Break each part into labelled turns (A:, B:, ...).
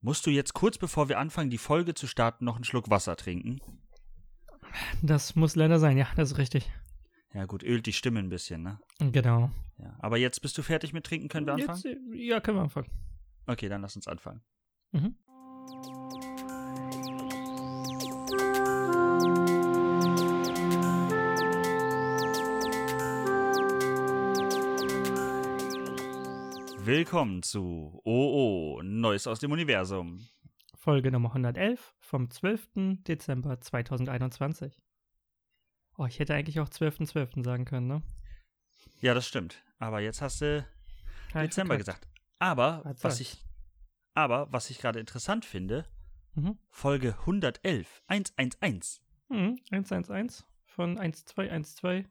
A: Musst du jetzt kurz bevor wir anfangen, die Folge zu starten, noch einen Schluck Wasser trinken?
B: Das muss leider sein, ja, das ist richtig.
A: Ja, gut, ölt die Stimme ein bisschen, ne?
B: Genau.
A: Ja. Aber jetzt bist du fertig mit Trinken, können wir anfangen?
B: Jetzt, äh, ja, können wir anfangen.
A: Okay, dann lass uns anfangen.
B: Mhm.
A: Willkommen zu OO, Neues aus dem Universum.
B: Folge Nummer 111 vom 12. Dezember 2021. Oh, ich hätte eigentlich auch 12.12. sagen können, ne?
A: Ja, das stimmt. Aber jetzt hast du
B: Ja, ich
A: Dezember
B: verkackt.
A: gesagt. Aber
B: Hat's
A: was
B: sein.
A: ich, aber was ich gerade interessant finde,
B: Mhm.
A: Folge 111, 111.
B: Mhm. 111 von 1212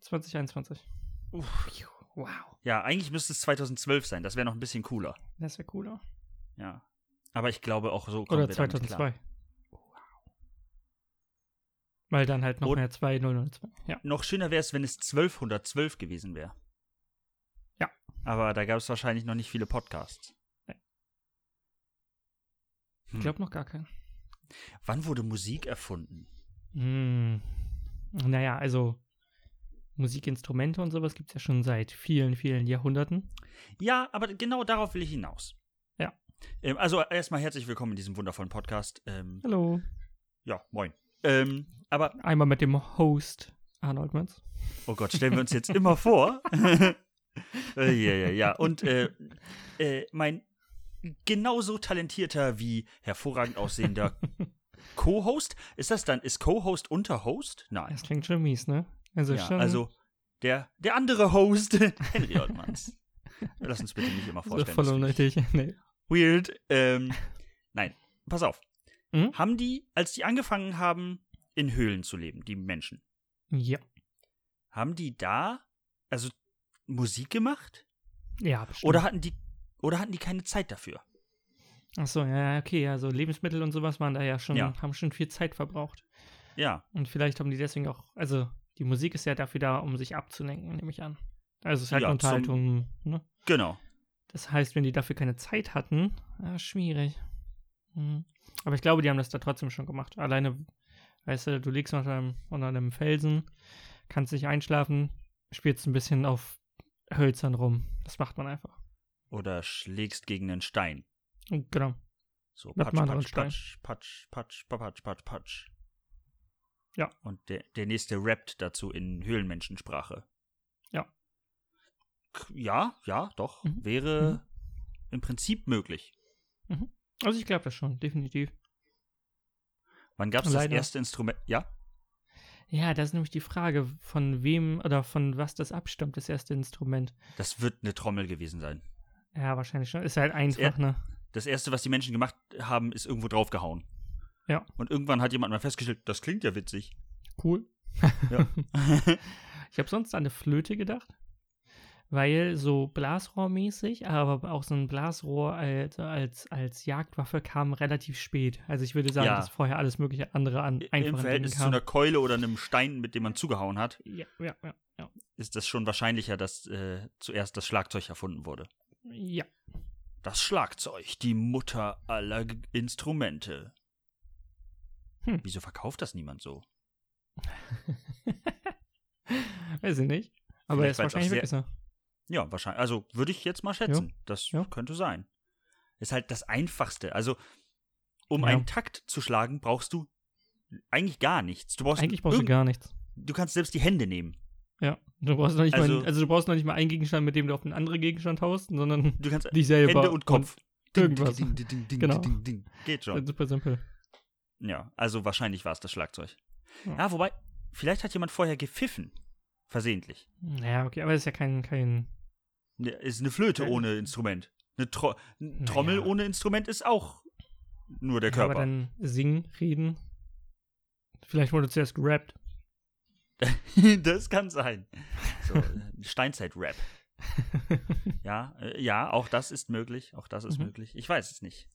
B: 2021. Uff, wow.
A: Ja, eigentlich müsste es 2012 sein. Das wäre noch ein bisschen cooler.
B: Das wäre cooler.
A: Ja. Aber ich glaube auch so kommen
B: Oder
A: wir damit klar.
B: 2002. Weil dann halt noch
A: Und-
B: mehr 2002. Ja.
A: Noch schöner wäre es, wenn es 1212 gewesen wäre.
B: Ja.
A: Aber da gab es wahrscheinlich noch nicht viele Podcasts. Hm.
B: Ich glaube noch gar keinen.
A: Wann wurde Musik erfunden?
B: Hm. Naja, also Musikinstrumente und sowas gibt es ja schon seit vielen, vielen Jahrhunderten.
A: Ja, aber genau darauf will ich hinaus.
B: Ja.
A: Ähm, also erstmal herzlich willkommen in diesem wundervollen Podcast. Ähm,
B: Hallo.
A: ja, moin. Ähm, aber,
B: Einmal mit dem Host Arnold Mönz.
A: oh Gott, stellen wir uns jetzt immer vor. äh, ja, ja, ja. Und äh, äh, mein genauso talentierter wie hervorragend aussehender Co-Host. Ist das dann, ist Co-Host unter Host? Nein.
B: Das klingt schon mies, ne? Also
A: Ja,
B: schon.
A: also der, der andere Host, Henry Ottmanns. Lass uns bitte nicht immer
B: so
A: vorstellen.
B: voll
A: dass wir-
B: unnötig. Nee.
A: Weird. Ähm, nein, pass auf.
B: Hm?
A: Haben die, als die angefangen haben, in Höhlen zu leben, die Menschen,
B: Ja.
A: haben die da also Musik gemacht?
B: Ja, bestimmt.
A: Oder hatten die oder hatten die keine Zeit dafür?
B: Achso, ja, okay, also Lebensmittel und sowas waren da ja schon,
A: Ja.
B: haben schon viel Zeit verbraucht.
A: Ja,
B: Und vielleicht haben die deswegen auch, also die Musik ist ja dafür da, um sich abzulenken, nehme ich an. Also es ist halt
A: Ja,
B: eine
A: zum-
B: Unterhaltung, ne?
A: genau.
B: Das heißt, wenn die dafür keine Zeit hatten, ja, schwierig. Hm. Aber ich glaube, die haben das da trotzdem schon gemacht. Alleine, weißt du, du liegst unter einem, unter einem Felsen, kannst nicht einschlafen, spielst ein bisschen auf Hölzern rum. Das macht man einfach.
A: Oder schlägst gegen einen Stein.
B: Und Genau.
A: So
B: Mit
A: patsch,
B: einem anderen
A: patsch, patsch, patsch, patsch, patsch, patsch, patsch.
B: Ja.
A: Und der, der nächste rappt dazu in Höhlenmenschensprache.
B: Ja.
A: K- Ja, ja, doch.
B: Mhm.
A: Wäre im Prinzip möglich.
B: Also ich glaube das schon, definitiv.
A: Wann gab es das
B: Leider.
A: erste Instrument? Ja,
B: Ja, das ist nämlich die Frage, von wem oder von was das abstammt, das erste Instrument.
A: das wird eine Trommel gewesen sein.
B: Ja, wahrscheinlich schon. Ist halt einfach,
A: er-
B: ne?
A: Das erste, was die Menschen gemacht haben, ist irgendwo draufgehauen.
B: Ja.
A: Und irgendwann hat jemand mal festgestellt, das klingt ja witzig.
B: Cool.
A: Ja.
B: ich habe sonst an eine Flöte gedacht, weil so Blasrohrmäßig, aber auch so ein Blasrohr als, als, als Jagdwaffe kam relativ spät. Also ich würde sagen,
A: Ja.
B: dass vorher alles mögliche andere an
A: Im
B: einfachen Dingen
A: Verhältnis zu
B: kam.
A: einer Keule oder einem Stein, mit dem man zugehauen hat,
B: Ja, ja, ja, ja.
A: ist das schon wahrscheinlicher, dass äh, zuerst das Schlagzeug erfunden wurde.
B: Ja,
A: Das Schlagzeug, die Mutter aller G Instrumente.
B: Hm.
A: Wieso verkauft das niemand so?
B: weiß ich nicht.
A: Vielleicht
B: Aber er ist
A: war es auch
B: wahrscheinlich
A: sehr-
B: wirklich so.
A: Ja, wahrscheinlich. Also würde ich jetzt mal schätzen. Das
B: Ja.
A: könnte sein. Ist halt das Einfachste. Also, um
B: Ja.
A: einen Takt zu schlagen, brauchst du eigentlich gar nichts. Du brauchst
B: Eigentlich brauchst du
A: irgend-
B: gar nichts.
A: du kannst selbst die Hände nehmen.
B: Ja. Du brauchst noch nicht mal,
A: Also-
B: einen- also du brauchst noch nicht mal einen Gegenstand, mit dem du auf einen anderen Gegenstand haust, sondern
A: Du kannst
B: dich selber.
A: Hände und Kopf. genau. Ding,
B: irgendwas.
A: Ding, ding, ding, ding,
B: Genau. Also
A: ding, ding, ding. Geht
B: Das ist
A: schon.
B: Super simpel.
A: Ja, also wahrscheinlich war es das Schlagzeug.
B: Ja.
A: Ja, wobei, vielleicht hat jemand vorher gepfiffen. Versehentlich.
B: Ja, okay, aber das ist ja kein, kein
A: Ne, Ist eine Flöte
B: Okay.
A: ohne Instrument. Eine Tro eine Trommel
B: Naja.
A: ohne Instrument ist auch nur der
B: Ja, Aber
A: Körper.
B: dann singen, reden. Vielleicht wurde zuerst gerappt.
A: das kann sein. So, äh, Steinzeit-Rap. Ja, äh, ja, auch das ist möglich. Auch das ist
B: Mhm.
A: möglich. Ich weiß es nicht.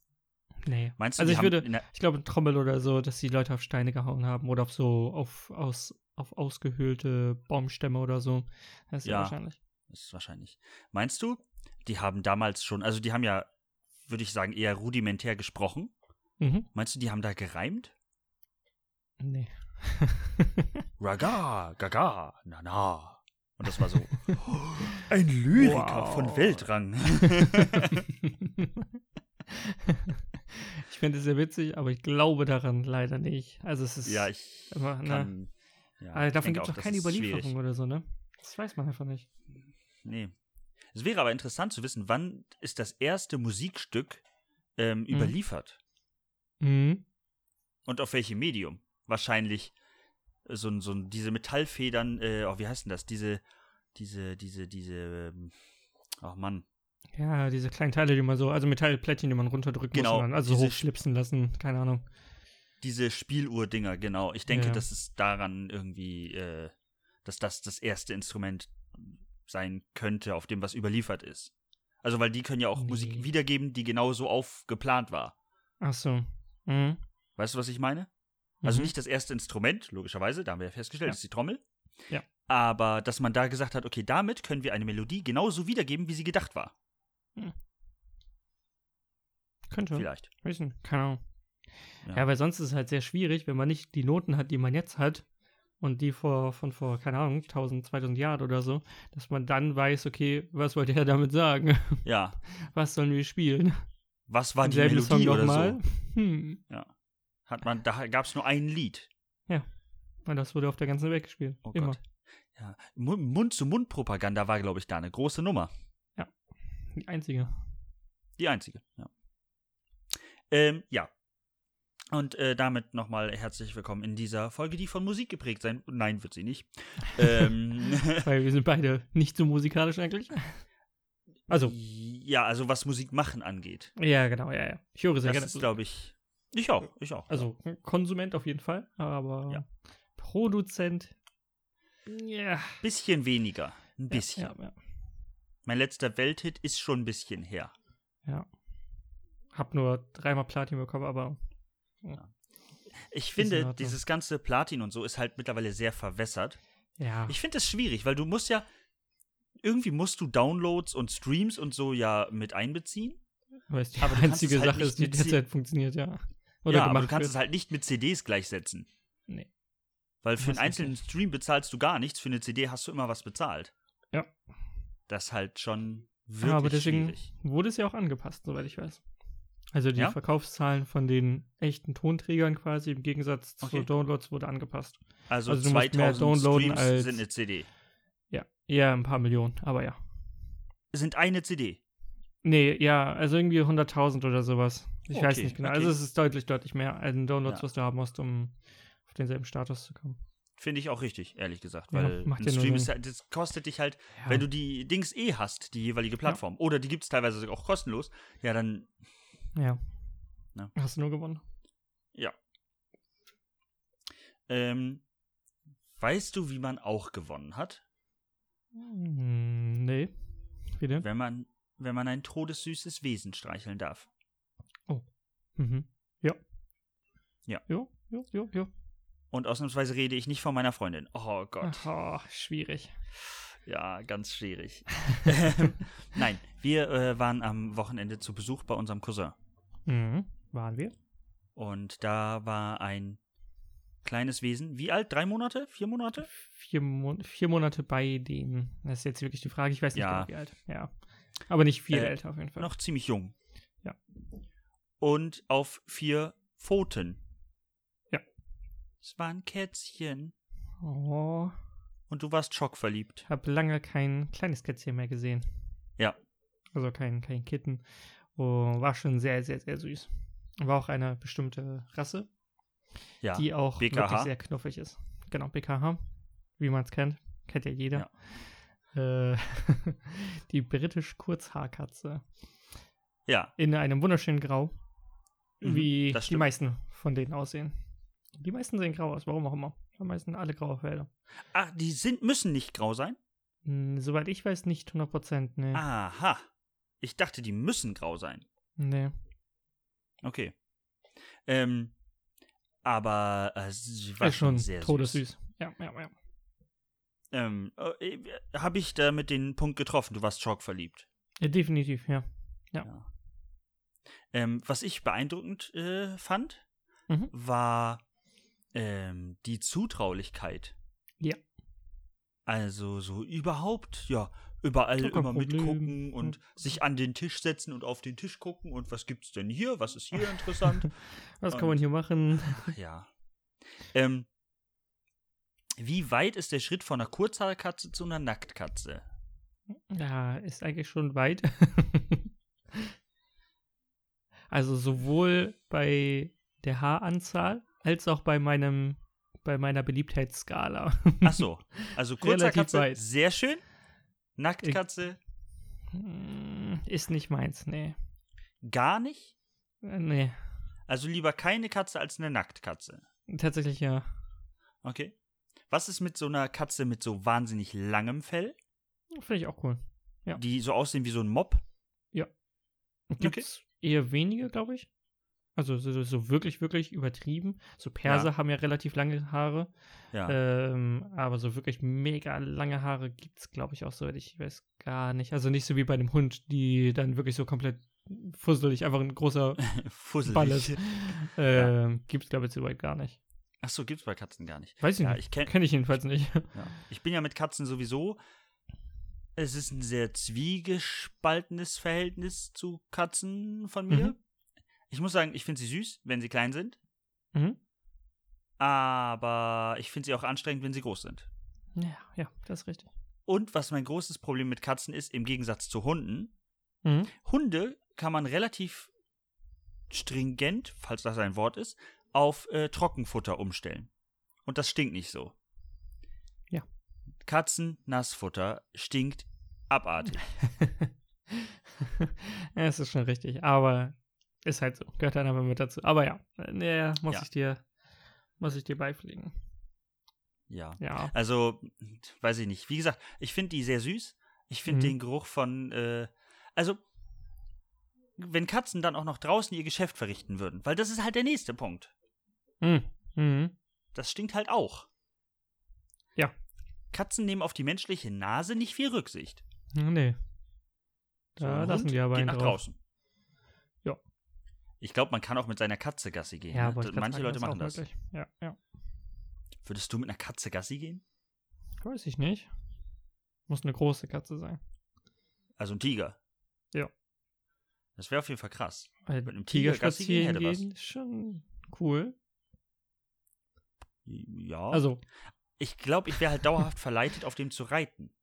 B: nee.
A: Meinst du,
B: Also
A: die
B: ich
A: haben
B: würde-
A: in der,
B: Ich glaube, Trommel oder so, dass die Leute auf Steine gehauen haben oder auf so, auf, aus, auf ausgehöhlte Baumstämme oder so. Das ist ja,
A: Ja.
B: wahrscheinlich.
A: ist wahrscheinlich. Meinst du, die haben damals schon, also die haben ja würde ich sagen, eher rudimentär gesprochen.
B: Mhm.
A: Meinst du, die haben da gereimt?
B: Nee.
A: Raga, gaga, na na. Und das war so. Ein Lyriker
B: Wow.
A: von Weltrang.
B: ich finde es sehr witzig, aber ich glaube daran leider nicht. Also es ist. Ah,
A: ja, ich
B: aber, ne?
A: kann. Ja,
B: aber
A: ich
B: davon
A: denke
B: gibt es
A: auch,
B: auch
A: das
B: keine
A: ist
B: Überlieferung
A: schwierig.
B: oder so, ne? Das weiß man einfach nicht.
A: Nee. Es wäre aber interessant zu wissen, wann ist das erste Musikstück ähm, überliefert
B: Mhm.
A: und auf welchem Medium? Wahrscheinlich äh, so, ein- so ein- diese Metallfedern, äh, oh, wie heißt denn das? Diese, diese, diese, diese, ähm, ach Mann,
B: Ja, diese kleinen Teile, die man so, also Metallplättchen, die man runterdrücken muss
A: Genau,
B: und dann also
A: diese-
B: hochschlipsen lassen, keine Ahnung.
A: diese Spieluhr-Dinger, genau. Ich denke,
B: Ja.
A: dass es daran irgendwie, äh, dass das das erste Instrument sein könnte, auf dem was überliefert ist. Also, weil die können ja auch
B: Nee.
A: Musik wiedergeben, die genauso aufgeplant war.
B: Ach so. Mhm.
A: Weißt du, was ich meine? Also
B: Mhm.
A: nicht das erste Instrument, logischerweise, da haben wir ja festgestellt,
B: Ja.
A: das ist die Trommel.
B: Ja.
A: Aber dass man da gesagt hat, okay, damit können wir eine Melodie genauso wiedergeben, wie sie gedacht war.
B: Könnte.
A: Vielleicht.
B: Wissen, keine Ahnung.
A: Ja.
B: Ja. weil sonst ist es halt sehr schwierig, wenn man nicht die Noten hat, die man jetzt hat und die vor, von vor, keine Ahnung, 1000, 2000 Jahren oder so, dass man dann weiß, okay, was wollte er damit sagen?
A: Ja.
B: Was sollen wir spielen?
A: Was war die
B: Denselben
A: Melodie oder so?
B: Hm.
A: Hat man, da gab es nur ein Lied.
B: Und das wurde auf der ganzen Welt gespielt.
A: Oh
B: Immer.
A: Gott. Ja. Mu- Mund-zu-Mund-Propaganda war, glaube ich, da eine große Nummer.
B: Die einzige.
A: Die einzige, ja. Ähm, ja. Und äh, damit nochmal herzlich willkommen in dieser Folge, die von Musik geprägt sein. Nein, wird sie nicht. ähm,
B: Weil wir sind beide nicht so musikalisch eigentlich. Also,
A: ja, also was Musik machen angeht.
B: ja, genau, ja, ja. Ich höre sehr
A: Das
B: gerne.
A: ist, glaube ich. Ich auch, ich auch.
B: also, Konsument auf jeden Fall, aber
A: Ja.
B: Produzent. Ja.
A: bisschen weniger. Ein bisschen.
B: Ja, ja, ja.
A: Mein letzter Welthit ist schon ein bisschen her.
B: Hab nur dreimal Platin bekommen, aber
A: Ich
B: in
A: finde,
B: Ordnung.
A: dieses ganze Platin und so ist halt mittlerweile sehr verwässert.
B: ja.
A: Ich finde es schwierig, weil du musst ja. Irgendwie musst du Downloads und Streams und so ja mit einbeziehen.
B: weil es die
A: aber du kannst
B: einzige
A: es halt
B: Sache
A: nicht
B: ist, die
A: mit Ziel-
B: derzeit funktioniert, ja. Oder
A: ja, aber du
B: gemacht
A: kannst
B: wird.
A: es halt nicht mit CDs gleichsetzen.
B: Nee.
A: Weil für
B: Das
A: einen
B: ist
A: einzelnen Stream bezahlst du gar nichts, für eine CD hast du immer was bezahlt.
B: Ja.
A: Das ist halt schon wirklich
B: aber deswegen
A: schwierig.
B: wurde es ja auch angepasst, soweit ich weiß. Also die
A: Ja?
B: Verkaufszahlen von den echten Tonträgern quasi im Gegensatz zu
A: Okay.
B: Downloads wurde angepasst.
A: Also,
B: Also du musst mehr
A: 2000
B: downloaden
A: Streams
B: als-
A: sind eine CD.
B: Ja, eher ein paar Millionen, aber ja.
A: Sind eine CD.
B: Nee, ja, also irgendwie 100.000 oder sowas. Ich weiß
A: Okay,
B: nicht genau.
A: okay.
B: Also es ist deutlich, deutlich mehr an Downloads,
A: Ja.
B: was du haben musst, um auf denselben Status zu kommen.
A: Finde ich auch richtig, ehrlich gesagt.
B: Ja,
A: Weil
B: macht
A: ein
B: ja nur
A: Stream ist,
B: Sinn.
A: halt- das kostet dich halt,
B: Ja.
A: wenn du die Dings eh hast, die jeweilige Plattform, oder die gibt es teilweise auch kostenlos, ja, dann,
B: ja.
A: Na.
B: Hast du nur gewonnen?
A: ähm, weißt du, wie man auch gewonnen hat?
B: Hm, nee. Wie denn?
A: Wenn man, wenn man ein todessüßes Wesen streicheln darf.
B: Mhm. Ja.
A: Ja.
B: Jo, jo, jo, jo.
A: Und ausnahmsweise rede ich nicht von meiner Freundin. Oh Gott,
B: Oh, schwierig.
A: ja, ganz schwierig. Ähm, Nein, wir äh, waren am Wochenende zu Besuch bei unserem Cousin.
B: Mhm. Waren wir?
A: Und da war ein kleines Wesen. Wie alt? Drei Monate? Vier Monate?
B: Vier, Mon vier Monate bei denen. Das ist jetzt wirklich die Frage. Ich weiß nicht
A: Ja.
B: genau, wie alt. Ja. Aber nicht viel
A: Äh,
B: älter auf jeden Fall.
A: Noch ziemlich jung.
B: Ja.
A: Und auf vier Pfoten.
B: Ja.
A: Es war ein Kätzchen.
B: Oh,
A: Und du warst schockverliebt.
B: hab lange kein kleines Kätzchen mehr gesehen.
A: Ja.
B: Also kein, kein Kitten. Oh, war schon sehr, sehr, sehr süß. War auch eine bestimmte Rasse,
A: Ja.
B: die auch
A: BKH.
B: wirklich sehr knuffig ist. Genau, BKH. Wie man es kennt. Kennt ja jeder. Äh, die britisch Kurzhaarkatze.
A: ja.
B: in einem wunderschönen Grau,
A: Mhm,
B: wie
A: das
B: die
A: stimmt.
B: meisten von denen aussehen. Die meisten sehen grau aus, warum auch immer. Am meisten alle graue Felder.
A: Ah, die sind, müssen nicht grau sein?
B: Hm, soweit ich weiß, nicht 100%, nee.
A: Ah. Aha. Ich dachte, die müssen grau sein.
B: Nee.
A: Okay. Ähm, aber äh, sie war
B: Ist schon
A: schon sehr süß.
B: todessüß. Ja, ja, ja.
A: Ähm, äh, Habe ich damit den Punkt getroffen? Du warst schockverliebt.
B: ja. Definitiv, ja.
A: Ja. Ähm, was ich beeindruckend äh, fand,
B: Mhm.
A: war ähm, die Zutraulichkeit.
B: Ja.
A: Also so überhaupt, ja, überall
B: Gar kein
A: immer
B: Problem.
A: mitgucken und sich an den Tisch setzen und auf den Tisch gucken und was gibt's denn hier, was ist hier interessant.
B: Was kann man hier machen?
A: Ach ja. Ähm, wie weit ist der Schritt von einer Kurzhaarkatze zu einer Nacktkatze?
B: Ja, ist eigentlich schon weit. also sowohl bei der Haaranzahl als auch bei meinem bei meiner Beliebtheitsskala.
A: Ach so, also
B: Relativ
A: Kurzhaarkatze,
B: weit.
A: sehr schön. Nacktkatze,
B: Hm, Ist nicht meins, nee.
A: gar nicht.
B: Äh, Nee,
A: Also lieber keine Katze als eine Nacktkatze.
B: tatsächlich ja.
A: Okay. Was ist mit so einer Katze mit so wahnsinnig langem Fell,
B: Finde ich auch cool. Ja.
A: die so aussehen wie so ein Mob?
B: Gibt's eher wenige, glaube ich. Also so, so wirklich, wirklich übertrieben. So Perser haben ja relativ lange Haare.
A: Ja.
B: Ähm, aber so wirklich mega lange Haare gibt's, glaube ich, auch so. Ich weiß gar nicht. Also nicht so wie bei einem Hund, die dann wirklich so komplett fusselig, einfach ein großer Ball ist.
A: Fusselig.
B: Ähm, Gibt's, glaube ich, jetzt überhaupt gar nicht.
A: Ach so, gibt's bei Katzen gar nicht.
B: Weiß ich
A: Ja,
B: nicht.
A: ich kenn-
B: Kenne ich jedenfalls nicht.
A: Ja. Ich bin ja mit Katzen sowieso. Es ist ein sehr zwiegespaltenes Verhältnis zu Katzen von mir.
B: Mhm.
A: Ich muss sagen, ich finde sie süß, wenn sie klein sind,
B: mhm.
A: aber ich finde sie auch anstrengend, wenn sie groß sind.
B: Ja, ja, das ist richtig.
A: Und was mein großes Problem mit Katzen ist, im Gegensatz zu Hunden,
B: Mhm.
A: Hunde kann man relativ stringent, falls das ein Wort ist, auf äh, Trockenfutter umstellen. Und das stinkt nicht so.
B: Ja.
A: Katzen, Nassfutter stinkt abartig.
B: ja, es ist schon richtig, aber ist halt so. Gehört dann aber mit dazu. Aber ja, äh, nee, muss
A: Ja.
B: ich dir, muss ich dir beipfliegen.
A: Ja.
B: Ja.
A: Also, weiß ich nicht. Wie gesagt, ich finde die sehr süß. Ich finde
B: Mhm.
A: den Geruch von, äh, also, wenn Katzen dann auch noch draußen ihr Geschäft verrichten würden, weil das ist halt der nächste Punkt.
B: Mhm. Mhm.
A: Das stinkt halt auch.
B: Ja.
A: Katzen nehmen auf die menschliche Nase nicht viel Rücksicht.
B: Nee.
A: So
B: Da
A: ein
B: lassen
A: Hund
B: die aber
A: geht
B: einen
A: nach
B: drauf.
A: draußen.
B: Ja.
A: Ich glaube, man kann auch mit seiner Katze Gassi gehen.
B: Ja,
A: ne?
B: wollte ich grad
A: Manche
B: sagen,
A: Leute
B: ist
A: machen
B: auch
A: das.
B: möglich. Ja, ja.
A: Würdest du mit einer Katze Gassi gehen?
B: Weiß ich nicht. Muss eine große Katze sein.
A: Also ein Tiger.
B: Ja.
A: Das wäre auf jeden Fall krass.
B: Weil
A: Mit einem Tiger Gassi gehen hätte was.
B: ist schon cool.
A: Ja.
B: Also,
A: ich glaube, ich wäre halt dauerhaft verleitet, auf dem zu reiten.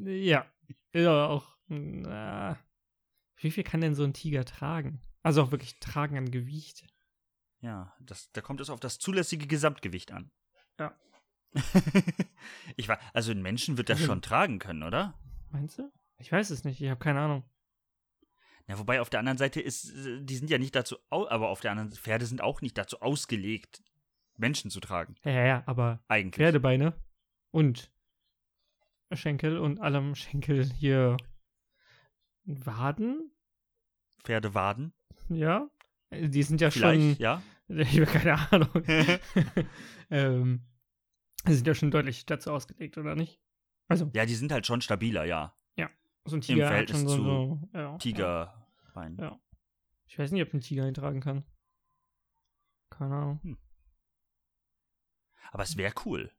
B: ja. Ist aber auch. Na, wie viel kann denn so ein Tiger tragen? Also auch wirklich tragen an Gewicht.
A: Ja, das, da kommt es auf das zulässige Gesamtgewicht an.
B: Ja.
A: ich war, also ein Menschen wird das schon tragen können, oder?
B: Meinst du? Ich weiß es nicht. Ich habe keine Ahnung.
A: Ja, wobei auf der anderen Seite ist, äh, die sind ja nicht dazu, au- aber auf der anderen Pferde sind auch nicht dazu ausgelegt, Menschen zu tragen,
B: Ja, ja, ja, aber
A: eigentlich.
B: Pferdebeine und Schenkel und allem Schenkel hier. Waden?
A: Pferdewaden,
B: Ja. Äh, Die sind ja
A: vielleicht,
B: schon.
A: ja.
B: Ich habe keine Ahnung. ähm, die sind ja schon deutlich dazu ausgelegt, oder nicht? Also,
A: ja, die sind halt schon stabiler, ja.
B: so ein Tiger hat
A: Verhältnis
B: schon so,
A: zu
B: so ja, Ja.
A: Tigerbein.
B: Ja. Ich weiß nicht, ob ein Tiger ihn tragen kann. Keine Ahnung.
A: Aber es wäre cool.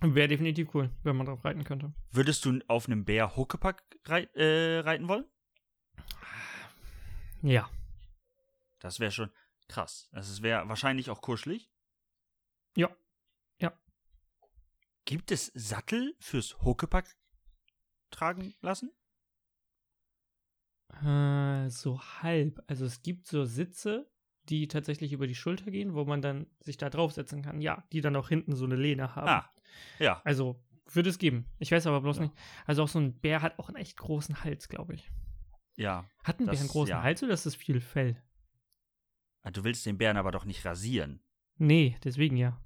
B: Wäre definitiv cool, wenn man drauf reiten könnte.
A: Würdest du auf einem Bär Huckepack rei äh, reiten wollen?
B: Ja.
A: Das wäre schon krass. Also es wäre wahrscheinlich auch kuschelig.
B: Ja. Ja.
A: Gibt es Sattel fürs Huckepack tragen lassen?
B: Äh, so halb. Also es gibt so Sitze, die tatsächlich über die Schulter gehen, wo man dann sich da draufsetzen kann. Ja, die dann auch hinten so eine Lehne haben.
A: Ah, ja.
B: Also würde es geben. Ich weiß aber bloß
A: Ja.
B: nicht. Also auch so ein Bär hat auch einen echt großen Hals, glaube ich.
A: Ja.
B: Hat ein
A: Das-
B: Bär einen großen
A: ja.
B: Hals oder ist das viel Fell?
A: Ah, Du willst den Bären aber doch nicht rasieren.
B: Nee, deswegen ja.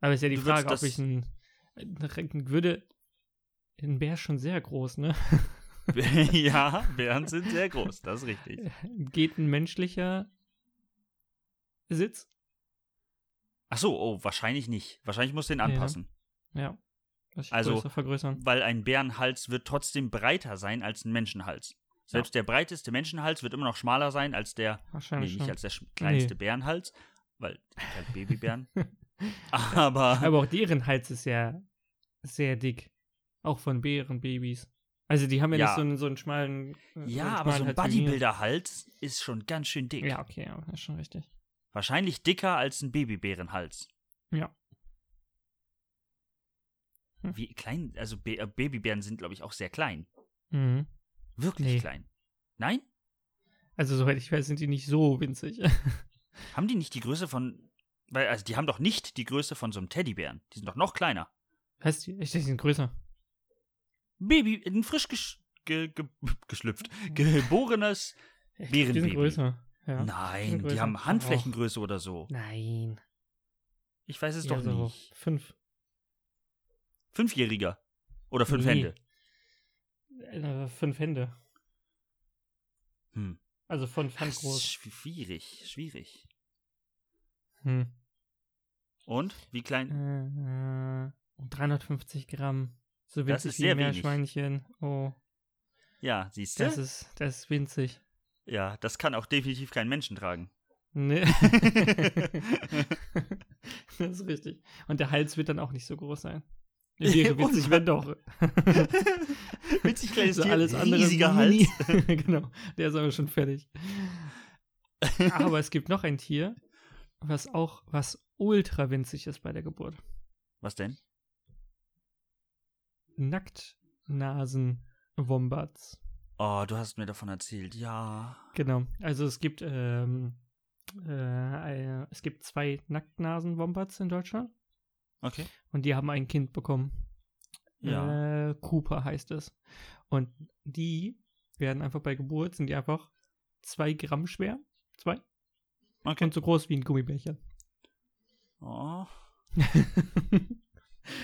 B: Aber ist ja die
A: Du würdest
B: Frage, ob
A: das-
B: ich einen, einen würde. Ein Bär ist schon sehr groß, ne?
A: ja, Bären sind sehr groß, das ist richtig.
B: Geht ein menschlicher Sitz? ne?
A: Ach so, oh, wahrscheinlich nicht. Wahrscheinlich musst du den anpassen.
B: Ja. Das
A: Also-
B: größer vergrößern.
A: weil ein Bärenhals wird trotzdem breiter sein als ein Menschenhals. Selbst der breiteste Menschenhals wird immer noch schmaler sein als der, nee,
B: Wahrscheinlich
A: nicht
B: schon.
A: als der sch- kleinste Bärenhals, weil die sind halt Babybären. Aber,
B: Aber auch deren Hals ist ja sehr dick. Auch von Bärenbabys. Also die haben ja,
A: Ja.
B: nicht so einen, so einen schmalen. äh, so einen
A: ja, aber so
B: schmalen
A: ein
B: Hals wie wir.
A: Bodybuilder-Hals ist schon ganz schön dick.
B: Ja, okay, ja, das ist schon richtig.
A: Wahrscheinlich dicker als ein Babybärenhals.
B: Ja. Hm.
A: Wie klein, also Ba- äh, Babybären sind, glaube ich, auch sehr klein.
B: Mhm.
A: Wirklich
B: Nee.
A: klein. Nein?
B: Also, soweit ich weiß, sind die nicht so winzig.
A: Haben die nicht die Größe von. Weil, also die haben doch nicht die Größe von so einem Teddybären. Die sind doch noch kleiner.
B: Weißt du, ich dachte, die sind größer.
A: Baby, ein frisch gesch ge ge geschlüpft. Geborenes.
B: Ich glaub, Die sind
A: Bärenbaby.
B: größer. Ja.
A: Nein,
B: Größe.
A: die haben Handflächengröße oder so.
B: Nein.
A: Ich weiß es
B: Ja,
A: doch
B: so
A: nicht.
B: Fünf.
A: Fünfjähriger. Oder fünf
B: Nee.
A: Hände.
B: Äh, fünf Hände.
A: Hm.
B: Also fünf
A: Das
B: Hand
A: ist
B: groß.
A: schwierig, schwierig.
B: Hm.
A: Und? Wie klein?
B: Äh, äh, 350 Gramm. So
A: Das
B: winzig
A: ist
B: wie
A: sehr
B: ein
A: wenig.
B: Meerschweinchen. Oh,
A: Ja, siehst
B: das
A: du?
B: ist, das ist winzig.
A: Ja, das kann auch definitiv kein Menschen tragen.
B: Nee. das ist richtig. Und der Hals wird dann auch nicht so groß sein. Wäre
A: Und
B: witzig, wenn doch.
A: Oh, Witzig kleines
B: so
A: Tier,
B: alles andere. ist
A: riesiger
B: mini. genau, der ist aber schon fertig. Aber es gibt noch ein Tier, was auch, was ultra winzig ist bei der Geburt.
A: Was denn?
B: Nacktnasen-Wombats.
A: Oh, du hast mir davon erzählt. Ja.
B: Genau. Also es gibt ähm, äh, äh, es gibt zwei Nacktnasen-Wombats in Deutschland
A: Okay.
B: und die haben ein Kind bekommen.
A: Ja.
B: Äh, Cooper heißt es. Und die werden einfach bei Geburt sind die einfach zwei Gramm schwer, zwei
A: Okay.
B: und so groß wie ein Gummibärchen.
A: Oh.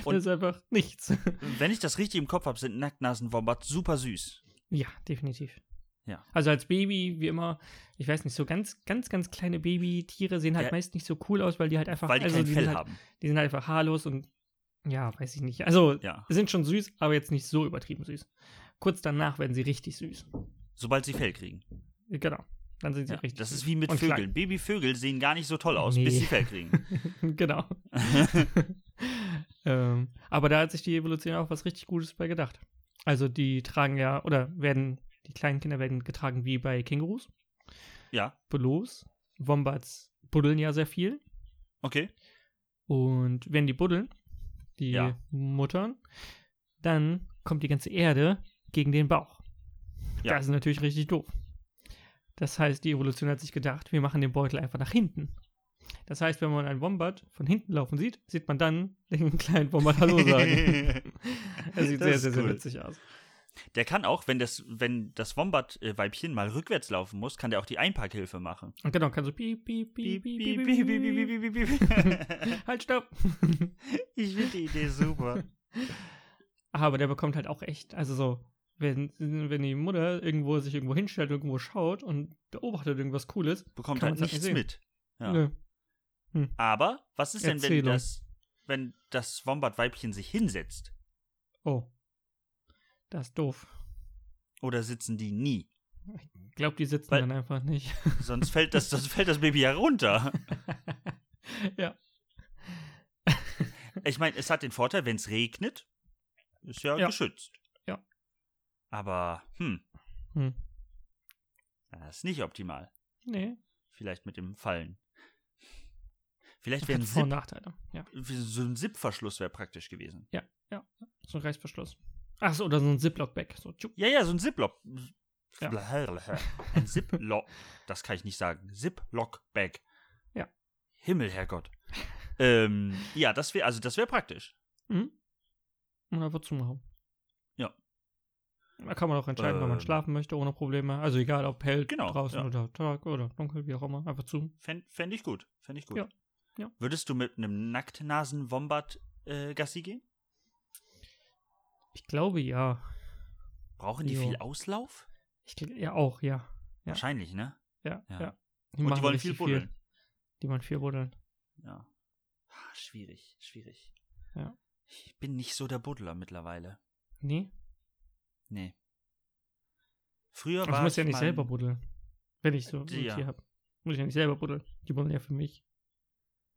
A: Und-
B: das ist einfach nichts.
A: Wenn ich das richtig im Kopf habe, sind Nacktnasenwombats super süß.
B: Ja, definitiv.
A: Ja.
B: Also als Baby, wie immer, ich weiß nicht, so ganz, ganz, ganz kleine Babytiere sehen halt
A: Ja.
B: meist nicht so cool aus, weil die halt einfach,
A: weil die
B: also
A: kein
B: die
A: Fell
B: sind halt,
A: haben.
B: die sind halt einfach haarlos und ja, weiß ich nicht. Also
A: Ja.
B: sind schon süß, aber jetzt nicht so übertrieben süß. Kurz danach werden sie richtig süß.
A: Sobald sie Fell kriegen.
B: Genau. Dann sind sie
A: Ja.
B: richtig
A: Das
B: süß.
A: ist wie mit
B: Und
A: Vögeln.
B: klein.
A: Babyvögel sehen gar nicht so toll aus,
B: Nee.
A: bis sie Fell kriegen.
B: genau. ähm, aber da hat sich die Evolution auch was richtig Gutes bei gedacht. Also die tragen ja, oder werden, die kleinen Kinder werden getragen wie bei Kängurus,
A: ja.
B: Bulos. Wombats buddeln ja sehr viel.
A: Okay.
B: Und wenn die buddeln, die
A: Ja.
B: Muttern, dann kommt die ganze Erde gegen den Bauch.
A: Ja.
B: Das ist natürlich richtig doof. Das heißt, die Evolution hat sich gedacht, wir machen den Beutel einfach nach hinten. Das heißt, wenn man einen Wombat von hinten laufen sieht, sieht man dann den kleinen Wombat Hallo sagen. Er sieht
A: Das
B: sehr,
A: ist
B: sehr, sehr
A: cool.
B: witzig aus.
A: Der kann auch, wenn das, wenn das Wombat-Weibchen mal rückwärts laufen muss, kann der auch die Einparkhilfe machen.
B: Und genau, kann so piep, piep, piep, piep, piep, piep, piep, piep, piep. Halt, stopp.
A: Ich finde die Idee super.
B: Aber der bekommt halt auch echt, also so, wenn, wenn die Mutter irgendwo sich irgendwo hinstellt, irgendwo schaut und beobachtet irgendwas Cooles,
A: Bekommt
B: Kann
A: halt
B: man's halt
A: nichts
B: nicht sehen.
A: mit. Ja.
B: nö,
A: Aber was ist denn, wenn
B: Erzählung.
A: das, wenn das Wombat-Weibchen sich hinsetzt?
B: oh, das ist doof.
A: Oder sitzen die nie?
B: Ich glaube, die sitzen
A: Weil-
B: dann einfach nicht.
A: Sonst fällt das, sonst fällt das Baby ja runter.
B: ja,
A: Ich meine, es hat den Vorteil, wenn es regnet, ist ja,
B: Ja.
A: geschützt.
B: Ja.
A: Aber, hm,
B: hm.
A: das ist nicht optimal.
B: nee,
A: Vielleicht mit dem Fallen. Vielleicht wäre
B: hat
A: ein
B: Vor- und
A: Zip,
B: Nachteile. Ja,
A: so ein Zip-Verschluss wäre praktisch gewesen.
B: so ein Reißverschluss. Ach so, oder so ein Ziplock-Bag. So, tschupp.
A: Ja, ja, so ein Ziplock.
B: Ja.
A: Ein Ziplock. Das kann ich nicht sagen. Ziplock-Bag.
B: Ja.
A: Himmel, Herrgott. ähm, ja, das wäre, also das wäre praktisch.
B: Mhm. Und einfach zumachen.
A: Ja.
B: Da kann man auch entscheiden, wann man
A: Ähm.
B: schlafen möchte, ohne Probleme. Also egal, ob hell,
A: Genau,
B: draußen
A: ja.
B: oder Tag oder dunkel, wie auch immer. Einfach zu.
A: Fände fänd ich gut. Fänd ich gut.
B: Ja. Ja.
A: Würdest du mit einem Nacktnasen-Wombat äh, Gassi gehen?
B: Ich glaube, ja.
A: Brauchen die
B: Jo.
A: viel Auslauf?
B: Ich, gl- ja, auch, ja. Ja.
A: Wahrscheinlich, ne?
B: Ja,
A: Ja.
B: ja.
A: Und die
B: machen
A: wollen
B: richtig
A: viel buddeln.
B: Die wollen viel buddeln.
A: Ja. Ah, schwierig, schwierig.
B: Ja.
A: Ich bin nicht so der Buddler mittlerweile.
B: Nee.
A: Nee. Früher
B: Aber
A: war
B: ich muss ja
A: ich
B: nicht
A: mal-
B: selber buddeln. Wenn ich so ein
A: Ja.
B: Tier habe. Muss ich ja nicht selber buddeln. Die buddeln ja für mich.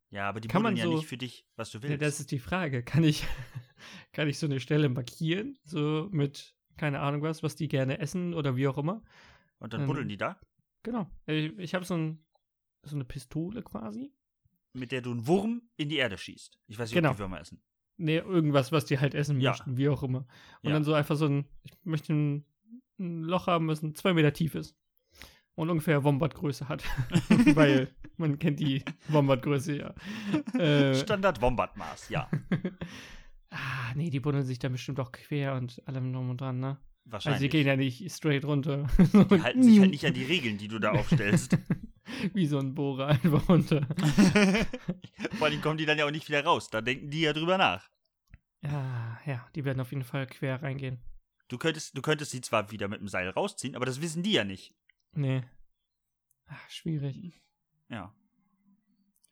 A: Ja, aber die
B: Kann man
A: buddeln ja
B: so-
A: nicht für dich, was du willst.
B: Ja, das ist die Frage. Kann ich, kann ich so eine Stelle markieren? So mit, keine Ahnung was, was die gerne essen oder wie auch immer.
A: Und dann
B: ähm,
A: buddeln die da,
B: Genau. Ich, ich habe so, ein, so eine Pistole quasi.
A: mit der du einen Wurm in die Erde schießt. Ich weiß nicht,
B: Genau.
A: ob die Würmer essen.
B: Nee, irgendwas, was die halt essen
A: Ja.
B: möchten, wie auch immer. Und
A: Ja.
B: dann so einfach so ein, ich möchte ein, ein Loch haben, was ein zwei Meter tief ist. Und ungefähr Wombat-Größe hat. Weil man kennt die Wombat-Größe ja. Äh,
A: Standard Wombatmaß,
B: Also
A: ja.
B: ah, nee, die buddeln sich dann bestimmt auch quer und allem drum und dran, ne? Also die
A: Wahrscheinlich.
B: gehen ja nicht straight runter.
A: die halten sich halt nicht an die Regeln, die du da aufstellst.
B: wie so ein Bohrer einfach runter.
A: Vor allem kommen die dann ja auch nicht wieder raus. Da denken die ja drüber nach.
B: Ja, ja, die werden auf jeden Fall quer reingehen.
A: Du könntest, du könntest sie zwar wieder mit dem Seil rausziehen, aber das wissen die ja nicht.
B: Nee. Ach, schwierig.
A: Ja.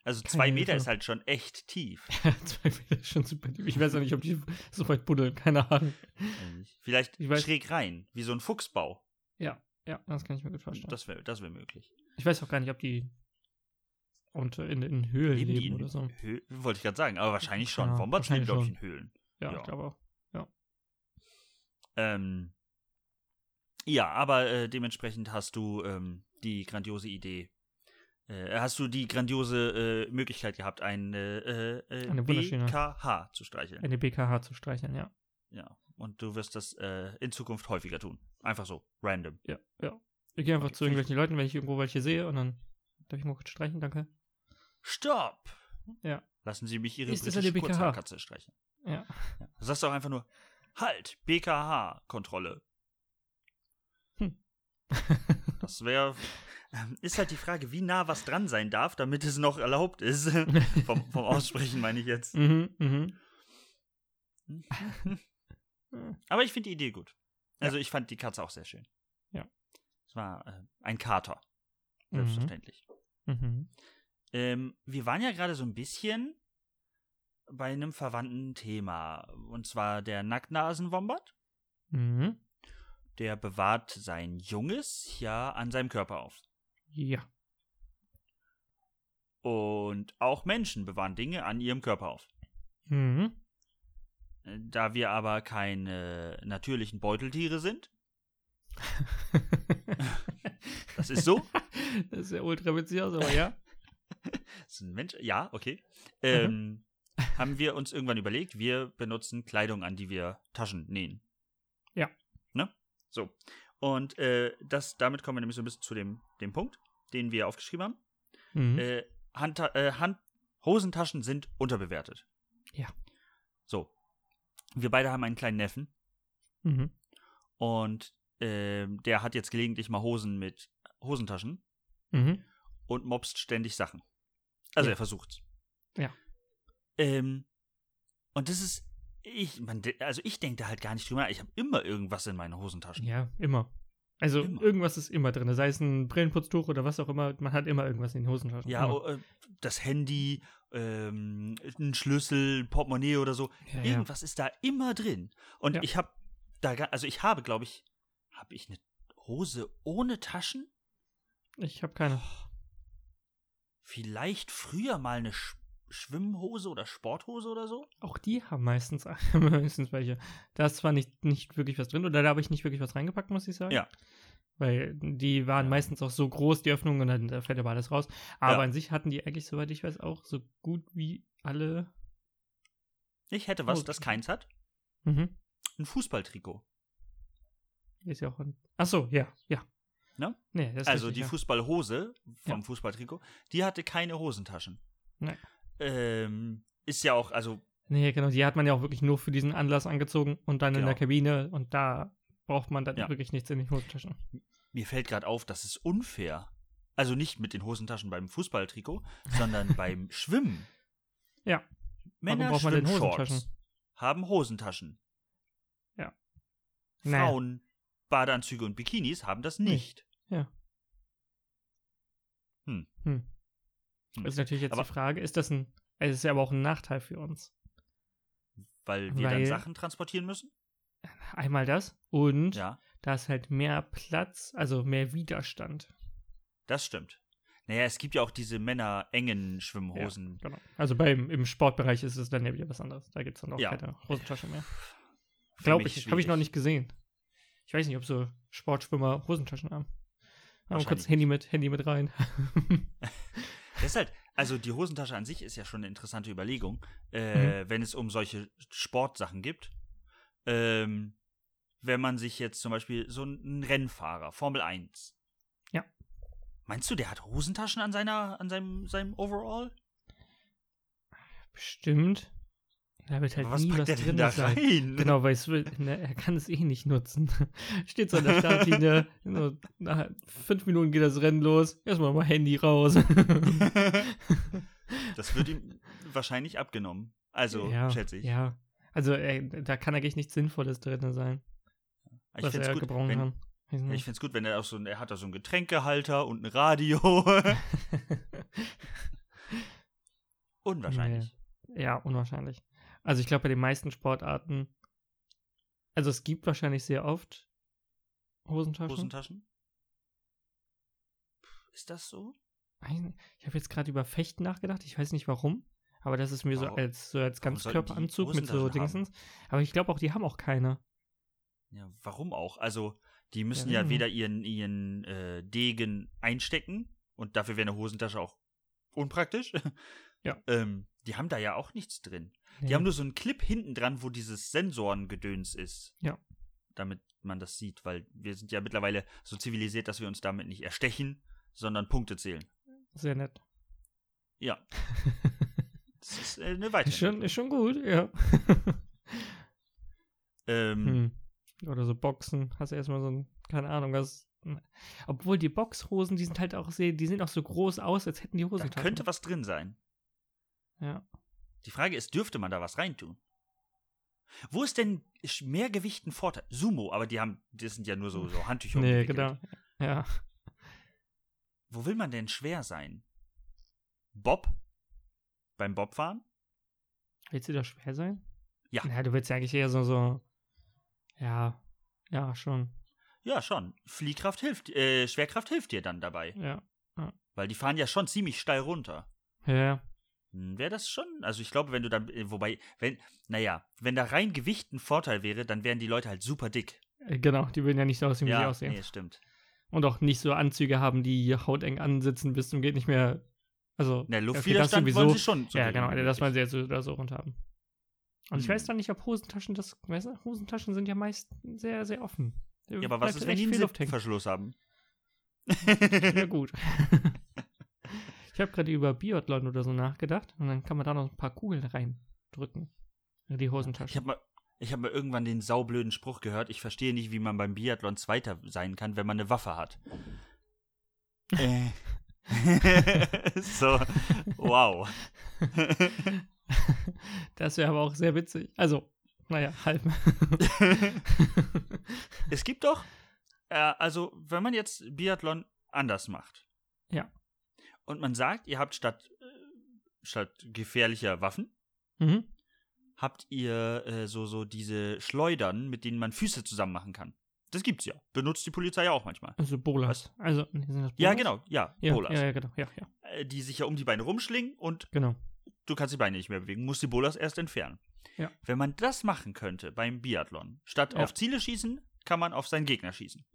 A: Also
B: Keine
A: zwei Meter
B: Hilfe.
A: ist halt schon echt tief.
B: Zwei Meter ist schon super tief. Ich weiß auch nicht, ob die so weit buddeln. Keine Ahnung.
A: Vielleicht
B: Ich weiß-
A: schräg rein, wie so ein Fuchsbau.
B: Ja, das kann ich mir gut vorstellen.
A: Das wäre das wär möglich.
B: ich weiß auch gar nicht, ob die unter in, in Höhlen leben,
A: Leben die in
B: oder so.
A: Hö wollte ich gerade sagen, aber wahrscheinlich schon.
B: Ja,
A: Wombats leben,
B: Genau, wahrscheinlich
A: glaube ich, in
B: schon.
A: Höhlen.
B: Ja,
A: Ja.
B: ich glaube auch.
A: Ähm, ja, aber äh, dementsprechend hast du ähm, die grandiose Idee, äh, hast du die grandiose äh, Möglichkeit gehabt, ein äh, äh,
B: Eine wunderschöne-
A: BKH zu streicheln.
B: Eine BKH zu streicheln, ja.
A: Ja. Und du wirst das äh, in Zukunft häufiger tun. Einfach so, random.
B: Ja, ja. Ich gehe einfach
A: Okay,
B: zu irgendwelchen Leuten, wenn ich irgendwo welche sehe und dann darf ich mal kurz streichen, danke.
A: Stopp!
B: Ja.
A: Lassen Sie mich Ihre
B: Ist das
A: britische
B: eine BKH?
A: Kurzhaarkatze streicheln.
B: Ja.
A: Du sagst doch einfach nur, halt, BKH-Kontrolle.
B: Hm.
A: Das wäre. Ist halt die Frage, wie nah was dran sein darf, damit es noch erlaubt ist. vom, vom Aussprechen meine ich jetzt.
B: Mhm, mhm.
A: Aber ich finde die Idee gut. Also ich fand die Katze auch sehr schön.
B: Ja.
A: Es war äh, ein Kater,
B: Mhm.
A: selbstverständlich.
B: Mhm.
A: Ähm, wir waren ja gerade so ein bisschen bei einem verwandten Thema. Und zwar der Nacktnasenwombat.
B: Mhm.
A: Der bewahrt sein Junges ja an seinem Körper auf.
B: Ja.
A: Und auch Menschen bewahren Dinge an ihrem Körper auf. Äh,
B: Mhm.
A: Da wir aber keine natürlichen Beuteltiere sind, das ist so.
B: das ist ja ultra witzig aus, aber ja.
A: Das ist ein Mensch, ja, okay.
B: Mhm.
A: Ähm, haben wir uns irgendwann überlegt, wir benutzen Kleidung, an die wir Taschen nähen.
B: Ja.
A: Ne? So. Und äh, das, damit kommen wir nämlich so ein bisschen zu dem, dem Punkt, den wir aufgeschrieben haben.
B: Mhm.
A: Äh, Handta äh, Hand Hosentaschen sind unterbewertet.
B: Ja.
A: So. Wir beide haben einen kleinen Neffen.
B: mhm.
A: Und ähm, der hat jetzt gelegentlich mal Hosen mit Hosentaschen
B: Mhm.
A: und mobst ständig Sachen. Also
B: Ja.
A: er versucht's.
B: Ja.
A: Ähm, und das ist, ich, man, de- also ich denke da halt gar nicht drüber. nach. Ich habe immer irgendwas in meinen Hosentaschen.
B: Ja, immer. Also
A: Immer.
B: irgendwas ist immer drin. Sei es ein Brillenputztuch oder was auch immer, man hat immer irgendwas in den Hosentaschen.
A: Ja,
B: Immer.
A: oh, äh, das Handy, ähm, ein Schlüssel, Portemonnaie oder so.
B: ja, ja.
A: Irgendwas ist da immer drin. Und
B: Ja.
A: ich habe da, ga- also ich habe, glaube ich, habe ich eine Hose ohne Taschen?
B: Ich habe keine.
A: Vielleicht früher mal eine Sch Schwimmhose oder Sporthose oder so?
B: Auch die haben meistens, meistens welche. Da ist zwar nicht, nicht wirklich was drin, oder da habe ich nicht wirklich was reingepackt, muss ich sagen.
A: Ja.
B: Weil die waren
A: Ja.
B: meistens auch so groß, die Öffnungen, und dann da fällt aber alles raus. Aber
A: Ja.
B: an sich hatten die eigentlich, soweit ich weiß, auch so gut wie alle.
A: Ich hätte was,
B: Oh.
A: das keins hat.
B: Mhm.
A: Ein Fußballtrikot.
B: Ist ja auch ein. Achso, ja, ja.
A: Ne?
B: Nee, das ist
A: Also die
B: richtig, ja.
A: Fußballhose vom
B: Ja.
A: Fußballtrikot, die hatte keine Hosentaschen.
B: Nein.
A: Ähm, ist ja auch, also
B: Nee, genau, die hat man ja auch wirklich nur für diesen Anlass angezogen und dann in
A: Genau.
B: der Kabine und da braucht man dann
A: Ja.
B: wirklich nichts in den Hosentaschen.
A: mir fällt gerade auf, das ist unfair. Also nicht mit den Hosentaschen beim Fußballtrikot, sondern beim Schwimmen.
B: Ja.
A: Männer
B: braucht man denn
A: schwimmen Shorts,
B: Hosentaschen?
A: haben Hosentaschen.
B: Ja. Naja.
A: Frauen, Badeanzüge und Bikinis haben das nicht. Hm.
B: Ist natürlich jetzt
A: Aber-
B: die Frage, ist das ein. Es ist ja aber auch ein Nachteil für uns.
A: Weil wir dann
B: Weil-
A: Sachen transportieren müssen?
B: Einmal das und
A: Ja,
B: da ist halt mehr Platz, also mehr Widerstand.
A: das stimmt. Naja, es gibt ja auch diese männerengen Schwimmhosen.
B: Genau. Also beim, im Sportbereich ist es dann ja wieder was anderes. Da gibt es dann auch
A: Ja.
B: keine Hosentasche mehr.
A: Für
B: Glaube
A: mich
B: ich, habe ich noch
A: schwierig.
B: nicht gesehen. Ich weiß nicht, ob so Sportschwimmer Hosentaschen haben. Aber
A: Wahrscheinlich
B: kurz Handy mit, Handy mit rein.
A: Das ist halt, also die Hosentasche an sich ist ja schon eine interessante Überlegung,
B: Mhm.
A: äh, wenn es um solche Sportsachen gibt. Ähm, wenn man sich jetzt zum Beispiel so einen Rennfahrer, Formel 1.
B: Ja.
A: Meinst du, der hat Hosentaschen an seiner, an seinem, seinem Overall?
B: Bestimmt. Da wird halt
A: Aber was
B: nie
A: packt
B: was
A: der denn
B: drin
A: da
B: sein.
A: rein?
B: Genau, weil es will, ne, er kann es eh nicht nutzen. Steht so an der Startlinie, so, nach fünf Minuten geht das Rennen los, erstmal mal Handy raus.
A: Das wird ihm wahrscheinlich abgenommen. Also,
B: ja,
A: schätze ich.
B: Ja, also ey, da kann eigentlich nichts Sinnvolles drin sein,
A: ich
B: was
A: find's
B: er Mhm.
A: gut,
B: gebrauchen
A: wenn,
B: kann. Weiß
A: Ja, Ich
B: nicht.
A: find's gut, wenn er auch so ein, er hat da so einen Getränkehalter und ein Radio. Unwahrscheinlich.
B: ja, unwahrscheinlich. Also ich glaube, bei den meisten Sportarten, also es gibt wahrscheinlich sehr oft Hosentaschen.
A: Hosentaschen? Ist das so?
B: Ein- Ich habe jetzt gerade über Fechten nachgedacht, ich weiß nicht warum, aber das ist mir so
A: Warum-
B: als, so als
A: warum sollten die
B: Ganzkörperanzug mit so
A: Hosentaschen haben?
B: Dingsens. Aber ich glaube auch, die haben auch keine.
A: Ja, warum auch? Also, die müssen
B: Ja,
A: ja,
B: hm. ja.
A: weder ihren, ihren äh, Degen einstecken und dafür wäre eine Hosentasche auch unpraktisch.
B: Ja.
A: ähm, die haben da ja auch nichts drin. Die
B: Nee.
A: haben nur so einen Clip hinten dran, wo dieses Sensorengedöns ist.
B: Ja.
A: Damit man das sieht, weil wir sind ja mittlerweile so zivilisiert, dass wir uns damit nicht erstechen, sondern Punkte zählen.
B: Sehr nett.
A: Ja. das ist äh, eine
B: Ist schon,
A: Weiterentwicklung.
B: ist schon gut, ja.
A: Ähm,
B: Hm. Oder so Boxen, hast du erstmal so ein, keine Ahnung, was. ne. Obwohl die Boxhosen, die sind halt auch sehr, die sehen auch so groß aus, als hätten die
A: Da
B: Hosen.
A: könnte was drin sein.
B: Ja.
A: Die Frage ist, dürfte man da was reintun? Wo ist denn sch- mehr Gewicht ein Vorteil? Sumo, aber die haben, das sind ja nur so, so Handtücher.
B: Nee,
A: umgewickelt.
B: genau. Ja.
A: Wo will man denn schwer sein? Bob? Beim Bobfahren?
B: Willst du da schwer sein?
A: Ja.
B: Naja, du willst ja eigentlich eher so, so. Ja. Ja, schon.
A: Ja, schon. Fliehkraft hilft, äh, Schwerkraft hilft dir dann dabei.
B: Ja.
A: Weil die fahren ja schon ziemlich steil runter.
B: Ja, ja.
A: Wäre das schon? Also ich glaube, wenn du dann, äh, wobei, wenn, naja, wenn da rein Gewicht ein Vorteil wäre, dann wären die Leute halt super dick.
B: Äh, Genau, die würden ja nicht so aussehen, wie sie
A: Ja,
B: aussehen.
A: nee, stimmt.
B: Und auch nicht so Anzüge haben, die hauteng ansitzen bis zum geht nicht mehr. Also,
A: Na,
B: das
A: Luftwiderstand wollen sie schon. so
B: ja,
A: gering
B: genau,
A: wie
B: dass
A: möglich.
B: man sie jetzt so oder so runter haben. Und ich
A: Hm.
B: weiß dann nicht, ob Hosentaschen das, weißt du, Hosentaschen sind ja meist sehr, sehr offen. Äh, Da
A: Ja, aber was
B: bleibt
A: ist, wenn
B: echt
A: die einen
B: viel Luft hängen?
A: Zipfverschluss haben?
B: Ja, gut. ich habe gerade über Biathlon oder so nachgedacht und dann kann man da noch ein paar Kugeln reindrücken. In die
A: Ich
B: Hosentaschen.
A: habe mal, ich hab mal irgendwann den saublöden Spruch gehört, ich verstehe nicht, wie man beim Biathlon Zweiter sein kann, wenn man eine Waffe hat. Äh. so, wow.
B: das wäre aber auch sehr witzig. Also, naja, halb.
A: es gibt doch, äh, also wenn man jetzt Biathlon anders macht.
B: Ja.
A: Und man sagt, ihr habt statt, äh, statt gefährlicher Waffen,
B: mhm.
A: habt ihr äh, so, so diese Schleudern, mit denen man Füße zusammen machen kann. Das gibt's ja. Benutzt die Polizei ja auch manchmal.
B: Also Bolas. Also, nee, sind das Bolas?
A: Ja, genau, ja,
B: Ja,
A: Bolas.
B: Ja, ja, genau. Ja, ja,
A: Äh, Die sich ja um die Beine rumschlingen und
B: genau.
A: du kannst die Beine nicht mehr bewegen, musst die Bolas erst entfernen.
B: Ja.
A: Wenn man das machen könnte beim Biathlon, statt
B: Ja.
A: auf Ziele schießen, kann man auf seinen Gegner schießen.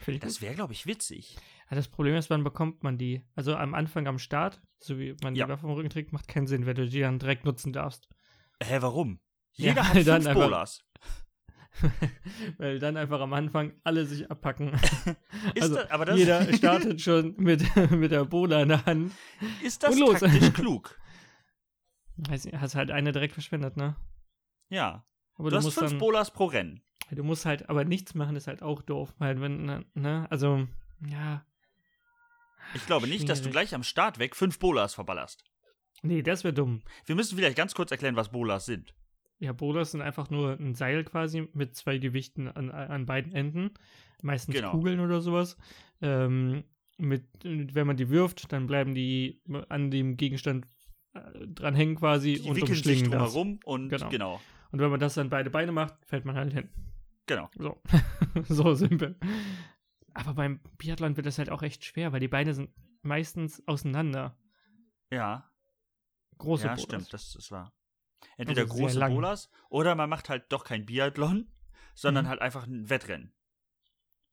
B: Finde ich
A: Das wäre, glaube ich, witzig.
B: Ja, das Problem ist, wann bekommt man die? Also am Anfang am Start, so wie man
A: Ja.
B: die Waffe am Rücken trägt, macht keinen Sinn, wenn du die dann direkt nutzen darfst.
A: Hä, warum?
B: Ja,
A: Jeder hat fünf
B: dann einfach-
A: Bolas.
B: Weil dann einfach am Anfang alle sich abpacken.
A: Ist
B: also
A: das, aber das,
B: jeder startet schon mit, mit der Bola in der Hand.
A: ist das
B: Und los.
A: taktisch klug?
B: Weiß nicht, hast halt eine direkt verschwendet, ne?
A: Ja.
B: Aber
A: Du,
B: du,
A: hast
B: musst
A: fünf
B: dann,
A: Bolas pro Rennen.
B: du musst halt, aber nichts machen ist halt auch doof, weil wenn, ne, ne? Also, ja.
A: Ich glaube nicht, dass du
B: Schwierig.
A: gleich am Start weg fünf Bolas verballerst.
B: Nee, das wäre dumm.
A: Wir müssen vielleicht ganz kurz erklären, was Bolas sind.
B: Ja, Bolas sind einfach nur ein Seil quasi mit zwei Gewichten an, an beiden Enden. Meistens
A: Genau.
B: Kugeln oder sowas. Ähm, mit, wenn man die wirft, dann bleiben die an dem Gegenstand äh, dran hängen quasi
A: Die
B: und
A: wickeln sich
B: umschlingen das.
A: drumherum und genau.
B: Genau.
A: genau.
B: Und wenn man das dann beide Beine macht, fällt man halt hin.
A: Genau.
B: So, so simpel. Aber beim Biathlon wird das halt auch echt schwer, weil die Beine sind meistens auseinander.
A: Ja,
B: Große
A: ja
B: Bodas.
A: stimmt, das, das war. Entweder
B: Also sehr
A: große
B: lang.
A: Bolas oder man macht halt doch kein Biathlon, sondern
B: Mhm.
A: halt einfach ein Wettrennen.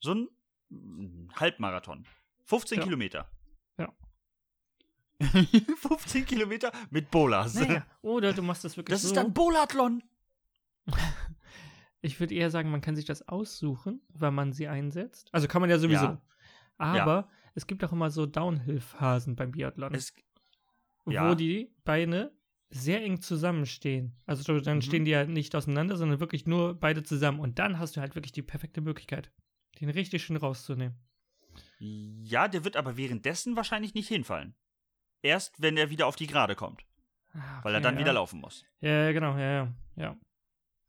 A: So ein mm, Halbmarathon. 15
B: Ja.
A: Kilometer.
B: Ja.
A: 15 Kilometer mit Bolas.
B: Naja, oder du machst das wirklich
A: Das
B: so.
A: ist dann Bolathlon.
B: ich würde eher sagen, man kann sich das aussuchen, wann man sie einsetzt. Also kann man ja sowieso.
A: Ja.
B: Aber es gibt auch immer so Downhill-Phasen beim Biathlon,
A: Es,
B: wo
A: ja.
B: die Beine sehr eng zusammenstehen. Also so, dann
A: Mhm.
B: stehen die ja nicht auseinander, sondern wirklich nur beide zusammen. Und dann hast du halt wirklich die perfekte Möglichkeit, den richtig schön rauszunehmen.
A: ja, der wird aber währenddessen wahrscheinlich nicht hinfallen. Erst wenn er wieder auf die Gerade kommt,
B: Ah,
A: weil er
B: okay,
A: dann
B: ja.
A: wieder laufen muss.
B: Ja, ja, genau, ja, ja. ja.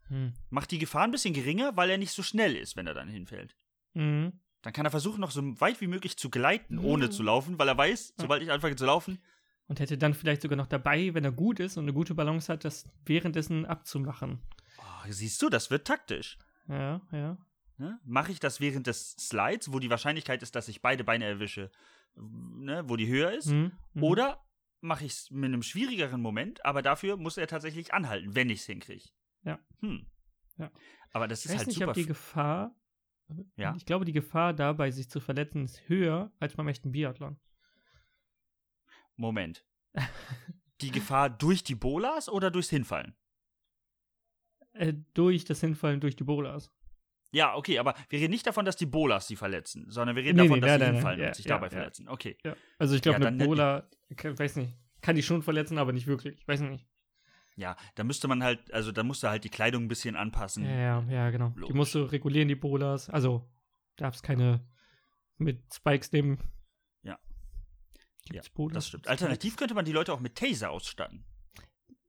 B: Hm.
A: Macht die Gefahr ein bisschen geringer, weil er nicht so schnell ist, wenn er dann hinfällt.
B: Mhm.
A: Dann kann er versuchen, noch so weit wie möglich zu gleiten,
B: Mhm.
A: ohne zu laufen, weil er weiß, sobald ich anfange zu laufen,
B: Und hätte dann vielleicht sogar noch dabei, wenn er gut ist und eine gute Balance hat, das währenddessen abzumachen.
A: oh, siehst du, das wird taktisch.
B: Ja, ja.
A: Ne? Mache ich das während des Slides, wo die Wahrscheinlichkeit ist, dass ich beide Beine erwische, ne, wo die höher ist,
B: Mhm, mhm.
A: oder mache ich es mit einem schwierigeren Moment, aber dafür muss er tatsächlich anhalten, wenn ich es hinkriege.
B: Ja.
A: Hm.
B: Ja.
A: Aber das
B: Ich
A: ist
B: weiß
A: halt
B: nicht,
A: super.
B: ob die Gefahr.
A: Ja.
B: Ich glaube, die Gefahr dabei, sich zu verletzen, ist höher als beim echten Biathlon.
A: Moment. Die Gefahr durch die Bolas oder durchs Hinfallen?
B: Äh, durch das Hinfallen durch die Bolas.
A: Ja, okay, aber wir reden nicht davon, dass die Bolas sie verletzen, sondern wir reden
B: Nee,
A: davon,
B: nee,
A: dass
B: nein,
A: sie
B: nein,
A: hinfallen
B: nein, ja,
A: und sich
B: ja,
A: dabei
B: ja.
A: verletzen. Okay.
B: Ja. Also ich glaube,
A: Ja, dann-
B: eine
A: ne,
B: Bola, kann, weiß nicht, kann die schon verletzen, aber nicht wirklich. Ich weiß nicht.
A: Ja, da müsste man halt, also da musste halt die Kleidung ein bisschen anpassen.
B: Ja, ja, ja, genau. Die
A: Hm. Logisch.
B: musst du regulieren, die Bolas. Also, darf es keine mit Spikes nehmen.
A: Ja.
B: Gibt's
A: Ja,
B: Bolas?
A: Das stimmt.
B: mit Spikes?
A: Alternativ könnte man die Leute auch mit Taser ausstatten.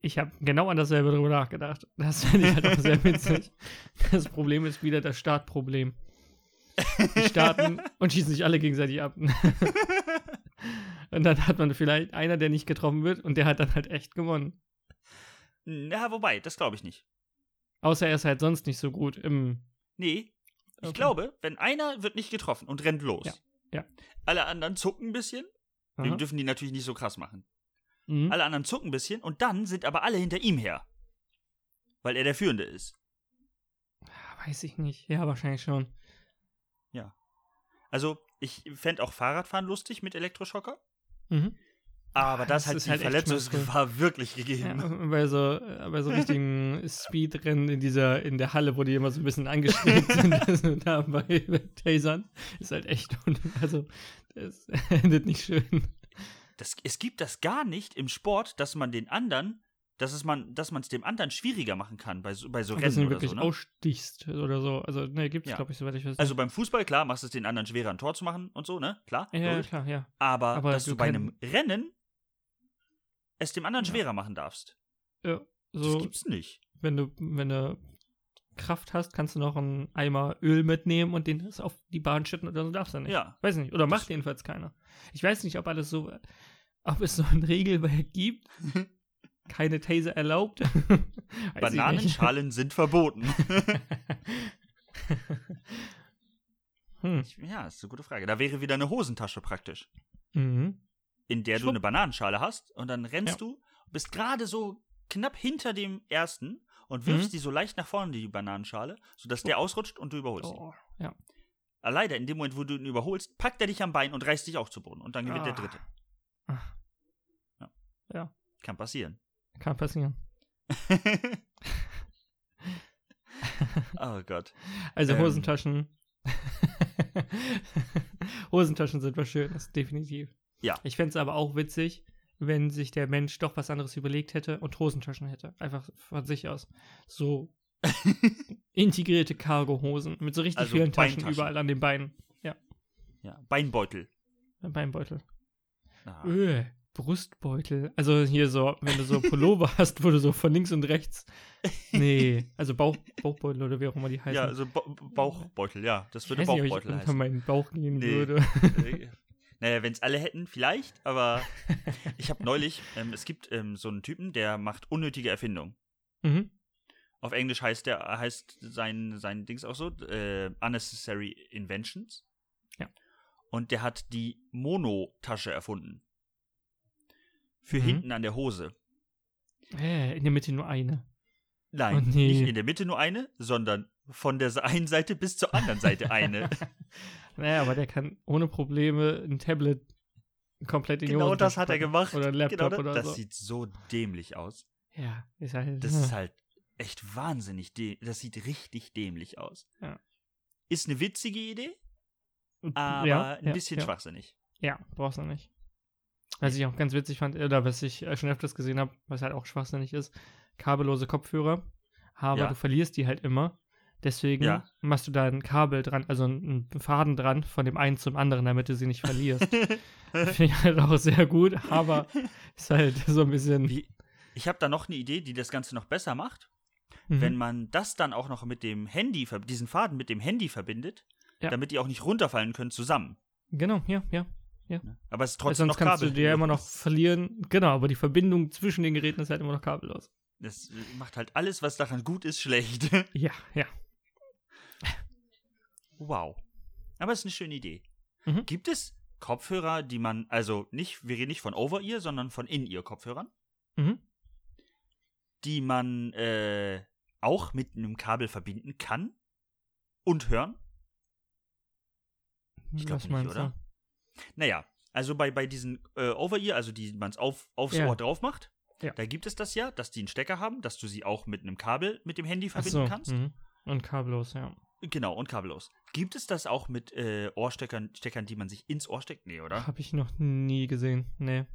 B: Ich habe genau an dasselbe drüber nachgedacht. Das finde ich halt auch sehr witzig. Das Problem ist wieder das Startproblem. Die starten und schießen sich alle gegenseitig ab. Und dann hat man vielleicht einer, der nicht getroffen wird und der hat dann halt echt gewonnen.
A: Na, wobei, das glaube ich nicht.
B: Außer er ist halt sonst nicht so gut im.
A: Nee, ich
B: Okay.
A: glaube, wenn einer wird nicht getroffen und rennt los.
B: Ja, ja.
A: Alle anderen zucken ein bisschen. Wir
B: Aha.
A: dürfen die natürlich nicht so krass machen.
B: Mhm.
A: Alle anderen zucken ein bisschen und dann sind aber alle hinter ihm her. Weil er der Führende ist.
B: Ah, Weiß ich nicht. Ja, wahrscheinlich schon.
A: Also, ich fände auch Fahrradfahren lustig mit Elektroschocker.
B: Mhm.
A: Aber
B: Das
A: das halt
B: ist
A: die
B: halt echt
A: Verletzungsgefahr wirklich
B: Ja,
A: gegeben.
B: bei so, äh, bei so richtigen Speedrennen in dieser, in der Halle, wo die immer so ein bisschen angeschrien sind, also da bei Tasern, ist halt echt, un- also, das endet nicht schön.
A: Das, es gibt das gar nicht im Sport, dass man den anderen, dass es man, dass man es dem anderen schwieriger machen kann bei so, bei so
B: Ob das
A: Rennen
B: nicht
A: oder
B: Also, wirklich
A: so. Ne?
B: ausstichst oder so, also, ne, gibt's,
A: Ja.
B: glaube ich, soweit ich weiß.
A: Also beim Fußball, klar, machst du es den anderen schwerer, ein Tor zu machen und so, ne? Klar.
B: ja, ja,
A: logisch.
B: klar, ja.
A: Aber,
B: aber
A: dass
B: du
A: du bei
B: kann-
A: einem Rennen es dem anderen
B: Ja.
A: schwerer machen darfst. das
B: So,
A: gibt's nicht.
B: wenn du, wenn du Kraft hast, kannst du noch einen Eimer Öl mitnehmen und den auf die Bahn schütten oder so darfst du nicht.
A: Ja.
B: Weiß nicht. Oder
A: Das-
B: macht jedenfalls keiner. Ich weiß nicht, ob alles so, ob es so ein Regelwerk gibt. Keine Taser erlaubt. Weiß ich nicht.
A: Bananenschalen sind verboten.
B: hm.
A: Ich- ja, ist eine gute Frage. Da wäre wieder eine Hosentasche praktisch,
B: mhm.
A: in der du
B: Schwupp.
A: eine Bananenschale hast und dann rennst
B: Ja.
A: du, bist gerade so knapp hinter dem ersten und wirfst
B: Mhm.
A: die so leicht nach vorne, die Bananenschale, sodass der ausrutscht und du überholst ihn.
B: oh, ja.
A: Aber leider, in dem Moment, wo du ihn überholst, packt er dich am Bein und reißt dich auch zu Boden und dann gewinnt der
B: Ah.
A: Dritte.
B: Ah.
A: Ja.
B: Ja.
A: Kann passieren.
B: Kann passieren.
A: oh Gott.
B: Also
A: Ähm.
B: Hosentaschen. Hosentaschen sind was Schönes, definitiv.
A: Ja.
B: Ich fände es aber auch witzig, wenn sich der Mensch doch was anderes überlegt hätte und Hosentaschen hätte. Einfach von sich aus. So integrierte Cargo-Hosen mit so richtig
A: Also
B: vielen Taschen
A: Beintaschen.
B: überall an den Beinen.
A: Ja, Beinbeutel.
B: Ein Beinbeutel.
A: Ah.
B: Öh, Brustbeutel. Also hier so, wenn du so Pullover hast, wo du so von links und rechts. Nee, also Bauch, Bauchbeutel oder wie auch immer die heißen.
A: Ja, so ba Bauchbeutel, ja. Das
B: ich
A: würde
B: weiß nicht, ob ich
A: Bauchbeutel
B: unter
A: heißen.
B: meinen Bauch gehen
A: Nee.
B: würde.
A: Äh, Naja, wenn es alle hätten, vielleicht, aber ich habe neulich, ähm, es gibt ähm, so einen Typen, der macht unnötige Erfindungen.
B: Mhm.
A: Auf Englisch heißt der, heißt sein, sein Dings auch so, äh, Unnecessary Inventions.
B: Ja.
A: Und der hat die Mono-Tasche erfunden. Für
B: Mhm.
A: hinten an der Hose.
B: Äh, in der Mitte nur eine.
A: Nein,
B: Oh, nee.
A: nicht in der Mitte nur eine, sondern von der einen Seite bis zur anderen Seite eine.
B: Naja, aber der kann ohne Probleme ein Tablet komplett in die
A: genau das
B: Hosentasche
A: hat er
B: packen.
A: gemacht.
B: Oder ein Laptop
A: genau das,
B: oder
A: das
B: so.
A: sieht so dämlich aus.
B: ja, ist halt.
A: Das ist halt echt wahnsinnig dämlich. Das sieht richtig dämlich aus.
B: Ja.
A: Ist eine witzige Idee,
B: Ja,
A: aber ein
B: ja,
A: bisschen
B: ja.
A: schwachsinnig.
B: Ja, brauchst du nicht. Was ich auch ganz witzig fand, oder was ich äh, schon öfters gesehen habe, was halt auch schwachsinnig ist, kabellose Kopfhörer. Aber
A: Ja.
B: du verlierst die halt immer. Deswegen
A: Ja.
B: machst du da ein Kabel dran, also einen Faden dran, von dem einen zum anderen, damit du sie nicht verlierst. Finde ich halt auch sehr gut, aber ist halt so ein bisschen.
A: Wie, ich habe da noch eine Idee, die das Ganze noch besser macht.
B: Mhm.
A: Wenn man das dann auch noch mit dem Handy, ver- diesen Faden mit dem Handy verbindet,
B: Ja.
A: damit die auch nicht runterfallen können zusammen.
B: Genau, ja, ja.
A: Aber es ist
B: Weil
A: trotzdem noch
B: sonst kannst
A: Kabel.
B: du dir ja immer noch verlieren. Genau, aber die Verbindung zwischen den Geräten ist halt immer noch kabellos.
A: Das macht halt alles, was daran gut ist, schlecht.
B: Ja, ja.
A: wow. Aber es ist eine schöne Idee.
B: Mhm.
A: Gibt es Kopfhörer, die man, also nicht, wir reden nicht von Over-Ear, sondern von In-Ear-Kopfhörern,
B: Mhm.
A: die man äh, auch mit einem Kabel verbinden kann und hören? Ich glaub nicht, oder? Naja, also bei, bei diesen äh, Over-Ear, also die man es auf, aufs
B: Ja.
A: Ohr drauf macht,
B: Ja.
A: da gibt es das ja, dass die einen Stecker haben, dass du sie auch mit einem Kabel mit dem Handy
B: Ach
A: verbinden
B: so,
A: kannst.
B: mhm. Und kabellos, ja.
A: Genau, und kabellos. Gibt es das auch mit äh, Ohrsteckern, Steckern, die man sich ins Ohr steckt? Nee, oder?
B: Habe ich noch nie gesehen. Nee.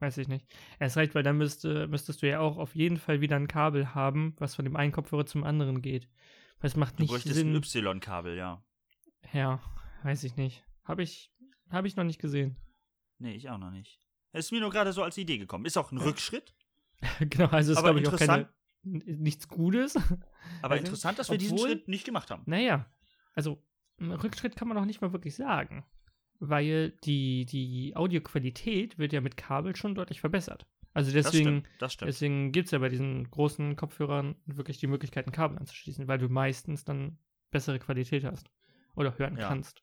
B: Weiß ich nicht. Erst recht, weil dann müsste, müsstest du ja auch auf jeden Fall wieder ein Kabel haben, was von dem einen Kopfhörer zum anderen geht. Weil es macht
A: Du
B: nicht
A: bräuchtest ein
B: Sinn.
A: Y-Kabel, ja.
B: Ja, weiß ich nicht. Habe ich, hab ich noch nicht gesehen.
A: Nee, ich auch noch nicht. Ist mir nur gerade so als Idee gekommen. Ist auch ein Rückschritt,
B: genau, also ist,
A: aber
B: glaube ich, auch
A: interessant,
B: keine, n- nichts Gutes.
A: aber
B: also,
A: interessant, dass wir diesen
B: obwohl-
A: Schritt nicht gemacht haben.
B: Naja, also einen Rückschritt kann man doch nicht mal wirklich sagen. Weil die, die Audioqualität wird ja mit Kabel schon deutlich verbessert. Also deswegen,
A: das stimmt, das stimmt.
B: deswegen gibt es ja bei diesen großen Kopfhörern wirklich die Möglichkeit, ein Kabel anzuschließen, weil du meistens dann bessere Qualität hast. Oder hören
A: Ja.
B: kannst,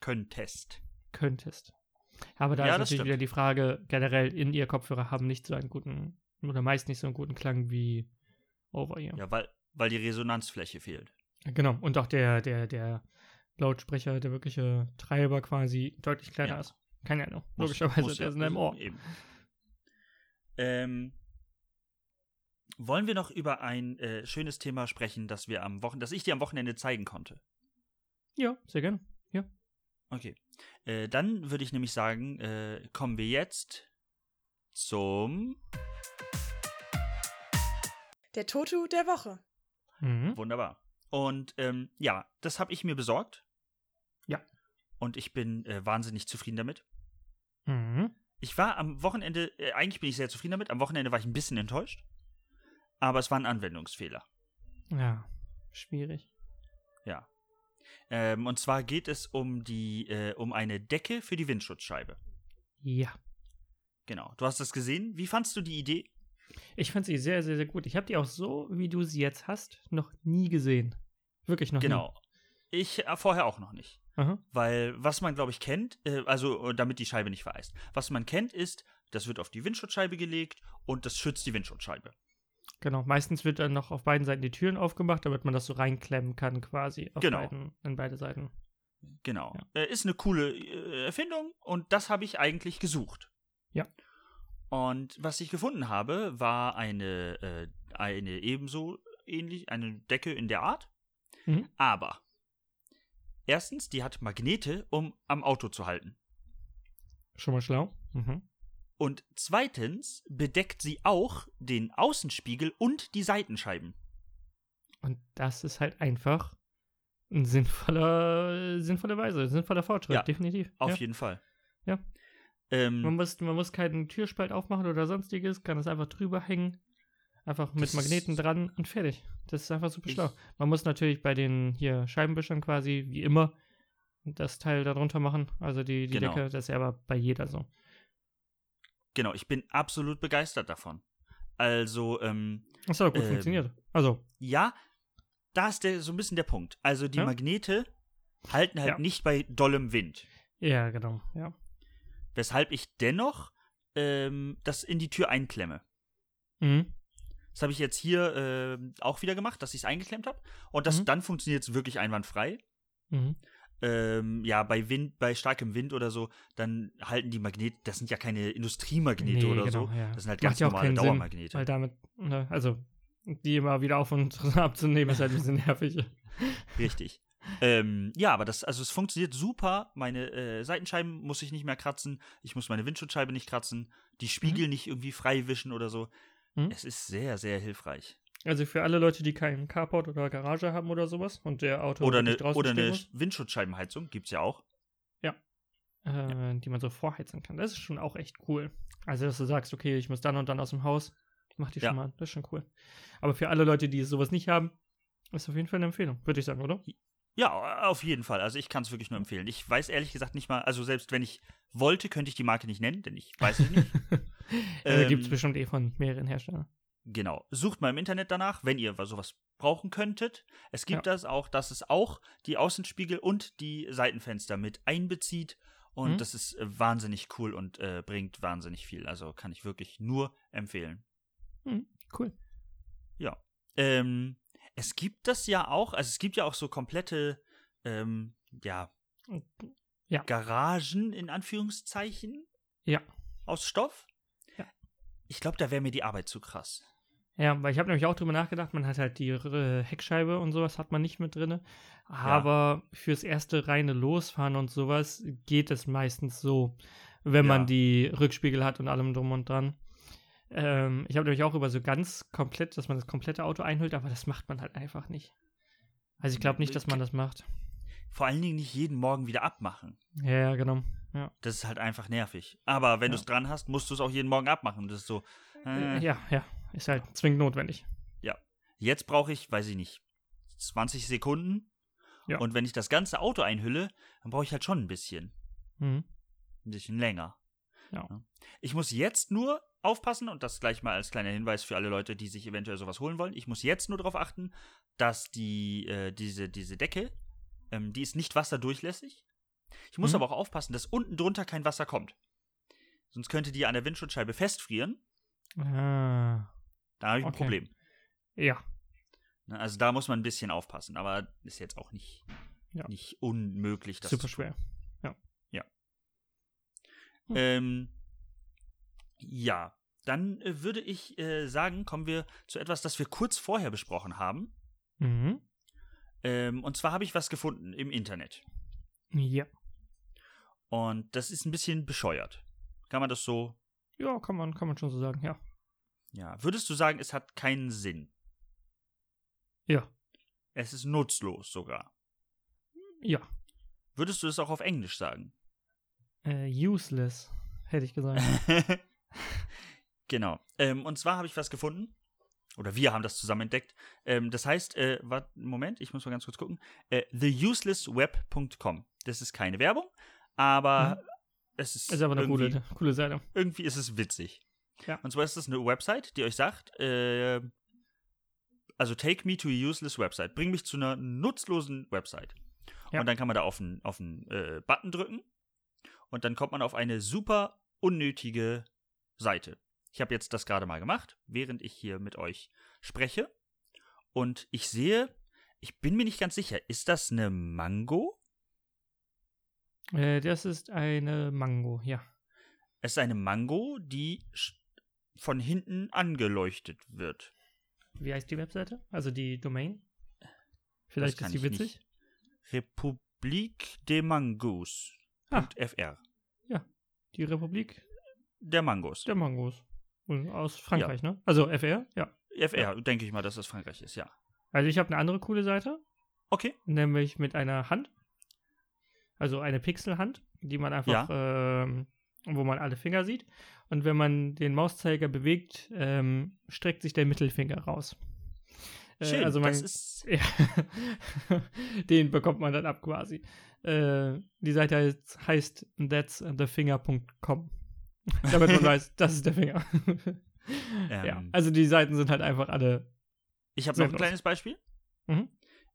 A: Könntest.
B: könntest. Aber da
A: Ja,
B: ist
A: das
B: natürlich
A: stimmt.
B: wieder die Frage, generell in ihr Kopfhörer haben nicht so einen guten, oder meist nicht so einen guten Klang wie over ear.
A: Ja, weil, weil die Resonanzfläche fehlt.
B: Genau, und auch der, der, der Lautsprecher, der wirkliche Treiber quasi deutlich kleiner
A: Ja.
B: ist. Keine Ahnung.
A: Muss-
B: Logischerweise,
A: muss
B: der
A: ja-
B: ist in deinem Ohr.
A: Eben. Ähm, wollen wir noch über ein äh, schönes Thema sprechen, das wir am Wochen, das ich dir am Wochenende zeigen konnte?
B: Ja, sehr gerne.
A: Okay. Äh, dann würde ich nämlich sagen, äh, kommen wir jetzt zum
C: Der Totu der Woche.
B: Mhm.
A: Wunderbar. Und ähm, ja, das habe ich mir besorgt.
B: Ja.
A: Und ich bin äh, wahnsinnig zufrieden damit.
B: Mhm.
A: Ich war am Wochenende, äh, eigentlich bin ich sehr zufrieden damit, am Wochenende war ich ein bisschen enttäuscht. Aber es war ein Anwendungsfehler.
B: Ja, schwierig.
A: Ähm, und zwar geht es um die, äh, um eine Decke für die Windschutzscheibe.
B: Ja.
A: Genau. Du hast das gesehen. Wie fandst du die Idee?
B: Ich fand sie sehr, sehr, sehr gut. Ich habe die auch so, wie du sie jetzt hast, noch nie gesehen. Wirklich noch nie.
A: Genau. Ich äh, vorher auch noch nicht.
B: Aha.
A: Weil was man, glaube ich, kennt, äh, also äh, damit die Scheibe nicht vereist, was man kennt ist, das wird auf die Windschutzscheibe gelegt und das schützt die Windschutzscheibe.
B: Genau. Meistens wird dann noch auf beiden Seiten die Türen aufgemacht, damit man das so reinklemmen kann, quasi. Auf
A: Genau.
B: Beiden, an beide Seiten.
A: Genau. Äh, ist eine coole äh, Erfindung und das habe ich eigentlich gesucht.
B: Ja.
A: Und was ich gefunden habe, war eine, äh, eine ebenso ähnlich, eine Decke in der Art.
B: Mhm.
A: Aber erstens, die hat Magnete, um am Auto zu halten.
B: Schon mal schlau. Mhm.
A: Und zweitens bedeckt sie auch den Außenspiegel und die Seitenscheiben.
B: Und das ist halt einfach ein sinnvoller, äh, sinnvolle Weise, ein sinnvoller Fortschritt,
A: Ja,
B: definitiv.
A: Auf
B: ja.
A: jeden Fall.
B: Ja.
A: Ähm,
B: man, muss, man muss keinen Türspalt aufmachen oder sonstiges, kann es einfach drüber hängen, einfach mit
A: Das
B: Magneten
A: ist-
B: dran und fertig. Das ist einfach super
A: Ich-
B: schlau. Man muss natürlich bei den hier Scheibenwischern quasi, wie immer, das Teil darunter machen. Also die, die
A: Genau.
B: Decke, das ist ja aber bei jeder so.
A: Genau, ich bin absolut begeistert davon. Also, ähm,
B: Das hat auch gut
A: Ähm.
B: funktioniert. Also,
A: ja, da ist der, so ein bisschen der Punkt. Also die
B: Ja.
A: Magnete halten halt
B: Ja.
A: nicht bei dollem Wind.
B: ja, genau. Ja.
A: Weshalb ich dennoch ähm, das in die Tür einklemme.
B: Mhm.
A: Das habe ich jetzt hier ähm, auch wieder gemacht, dass ich es eingeklemmt habe. Und das,
B: Mhm.
A: dann funktioniert es wirklich einwandfrei.
B: Mhm.
A: Ähm, ja, bei Wind, bei starkem Wind oder so, dann halten die Magnete, das sind ja keine Industriemagnete
B: Nee, genau,
A: oder so.
B: ja.
A: Das sind halt
B: Macht
A: ganz
B: ja auch
A: normale
B: keinen Sinn,
A: Dauermagnete.
B: weil damit, ne, also, die immer wieder auf und abzunehmen, ist halt ein bisschen nervig.
A: Richtig. ähm, ja, aber das, also es funktioniert super. Meine äh, Seitenscheiben muss ich nicht mehr kratzen. Ich muss meine Windschutzscheibe nicht kratzen. Die Spiegel nicht irgendwie frei wischen oder so.
B: Mhm.
A: Es ist sehr, sehr hilfreich.
B: Also für alle Leute, die keinen Carport oder Garage haben oder sowas und der Auto
A: Oder eine,
B: wirklich draußen
A: oder
B: stehen
A: eine
B: muss,
A: Windschutzscheibenheizung gibt's ja auch.
B: äh, die man so vorheizen kann. Das ist schon auch echt cool. Also, dass du sagst, okay, ich muss dann und dann aus dem Haus, mach die
A: Ja.
B: schon mal an. Das ist schon cool. Aber für alle Leute, die sowas nicht haben, ist auf jeden Fall eine Empfehlung, würde ich sagen, oder?
A: Ja, auf jeden Fall. Also ich kann es wirklich nur empfehlen. Ich weiß ehrlich gesagt nicht mal, also selbst wenn ich wollte, könnte ich die Marke nicht nennen, denn ich weiß es nicht.
B: Äh,
A: Ähm,
B: Gibt es bestimmt eh von mehreren Herstellern.
A: Genau. Sucht mal im Internet danach, wenn ihr sowas brauchen könntet. Es gibt das auch, dass es auch die Außenspiegel und die Seitenfenster mit einbezieht. Und
B: Mhm.
A: das ist äh, wahnsinnig cool und äh, bringt wahnsinnig viel. Also kann ich wirklich nur empfehlen.
B: Hm, cool.
A: Ähm, es gibt das ja auch, also es gibt ja auch so komplette, ähm, ja,
B: Ja.
A: Garagen in Anführungszeichen
B: Ja.
A: aus Stoff.
B: Ja.
A: Ich glaube, da wäre mir die Arbeit zu krass.
B: Ja, weil ich habe nämlich auch drüber nachgedacht, man hat halt die äh, Heckscheibe und sowas hat man nicht mit drinne, aber fürs erste reine Losfahren und sowas geht es meistens so, wenn
A: Ja.
B: man die Rückspiegel hat und allem drum und dran. Ähm, ich habe nämlich auch über so ganz komplett, dass man das komplette Auto einhüllt, aber das macht man halt einfach nicht. Also ich glaube nicht, dass man das macht.
A: Vor allen Dingen nicht jeden Morgen wieder abmachen.
B: Ja, ja, genau. Ja,
A: Das ist halt einfach nervig. Aber wenn
B: Ja.
A: du es dran hast, musst du es auch jeden Morgen abmachen. Das ist so, äh,
B: ja, ja. Ist halt zwingend notwendig.
A: jetzt brauche ich, weiß ich nicht, 20 Sekunden.
B: Ja.
A: Und wenn ich das ganze Auto einhülle, dann brauche ich halt schon ein bisschen.
B: Mhm.
A: Ein bisschen länger.
B: Ja.
A: Ich muss jetzt nur aufpassen, und das gleich mal als kleiner Hinweis für alle Leute, die sich eventuell sowas holen wollen. Ich muss jetzt nur darauf achten, dass die, äh, diese, diese Decke, ähm, die ist nicht wasserdurchlässig. Ich muss
B: Mhm.
A: aber auch aufpassen, dass unten drunter kein Wasser kommt. Sonst könnte die an der Windschutzscheibe festfrieren.
B: Ah.
A: Da habe ich ein
B: Okay.
A: Problem.
B: Ja.
A: Ne, Also da muss man ein bisschen aufpassen, aber ist jetzt auch nicht,
B: Ja.
A: nicht unmöglich. Das
B: Super
A: zu-
B: schwer. Hm.
A: Ähm, ja, dann äh, würde ich äh, sagen, kommen wir zu etwas, das wir kurz vorher besprochen haben.
B: Mhm.
A: Ähm, und zwar habe ich was gefunden im Internet.
B: Ja.
A: Und das ist ein bisschen bescheuert. Kann man das so?
B: Ja, kann man, kann man schon so sagen, ja.
A: Ja. Würdest du sagen, es hat keinen Sinn?
B: Ja.
A: Es ist nutzlos sogar.
B: Ja.
A: Würdest du es auch auf Englisch sagen?
B: Äh, useless, hätte ich gesagt.
A: genau. Ähm, und zwar habe ich was gefunden. Oder wir haben das zusammen entdeckt. Ähm, das heißt, äh, wart, Moment, ich muss mal ganz kurz gucken. Äh, theuselessweb.com. Das ist keine Werbung, aber es ist,
B: Mhm. Ist aber eine
A: irgendwie,
B: coole, coole Seite.
A: irgendwie ist es witzig.
B: Ja.
A: Und zwar ist das eine Website, die euch sagt, äh, also take me to a useless website. Bring mich zu einer nutzlosen Website.
B: Ja.
A: Und dann kann man da auf einen, auf einen äh, Button drücken und dann kommt man auf eine super unnötige Seite. Ich habe jetzt das gerade mal gemacht, während ich hier mit euch spreche. Und ich sehe, ich bin mir nicht ganz sicher, ist das eine Mango?
B: Äh, das ist eine Mango, ja.
A: Es ist eine Mango, die sch- von hinten angeleuchtet wird.
B: Wie heißt die Webseite? Also die Domain? Vielleicht
A: Das kann
B: ist die
A: ich
B: witzig.
A: Republik de Mangos.
B: Ah.
A: .fr.
B: Die Republik
A: Der Mangos.
B: der Mangos. Und Aus Frankreich, ne? Also FR, ja.
A: FR, denke ich mal, dass das Frankreich ist, ja.
B: Also ich habe eine andere coole Seite,
A: Okay.
B: nämlich mit einer Hand. Also eine Pixelhand, die man einfach, ähm, wo man alle Finger sieht. Und wenn man den Mauszeiger bewegt, ähm, streckt sich der Mittelfinger raus. Äh,
A: Schön.
B: also man,
A: das ist
B: Ja. Den bekommt man dann ab quasi. Äh, die Seite heißt, heißt thatsthefinger.com. Damit man weiß, das ist der Finger. ja,
A: Ähm.
B: also die Seiten sind halt einfach alle.
A: Ich habe noch ein
B: Sinnlos.
A: kleines Beispiel.
B: Mhm.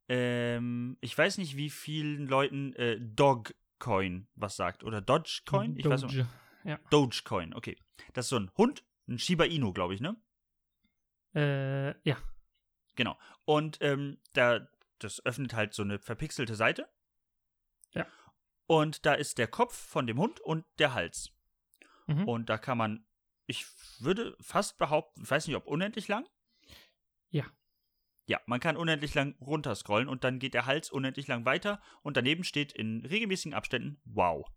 A: Ähm, ich weiß nicht, wie vielen Leuten äh, Dogcoin was sagt. Oder Dogecoin? Ich weiß nicht.
B: Doge.
A: Dogecoin, okay. Das ist so ein Hund, ein Shiba Inu, glaube ich, ne?
B: Äh, ja.
A: Und ähm, da, das öffnet halt so eine verpixelte Seite.
B: Ja.
A: Und da ist der Kopf von dem Hund und der Hals.
B: Mhm.
A: Und da kann man, ich würde fast behaupten, ich weiß nicht, ob unendlich lang.
B: Ja.
A: Ja, man kann unendlich lang runterscrollen und dann geht der Hals unendlich lang weiter und daneben steht in regelmäßigen Abständen Wow.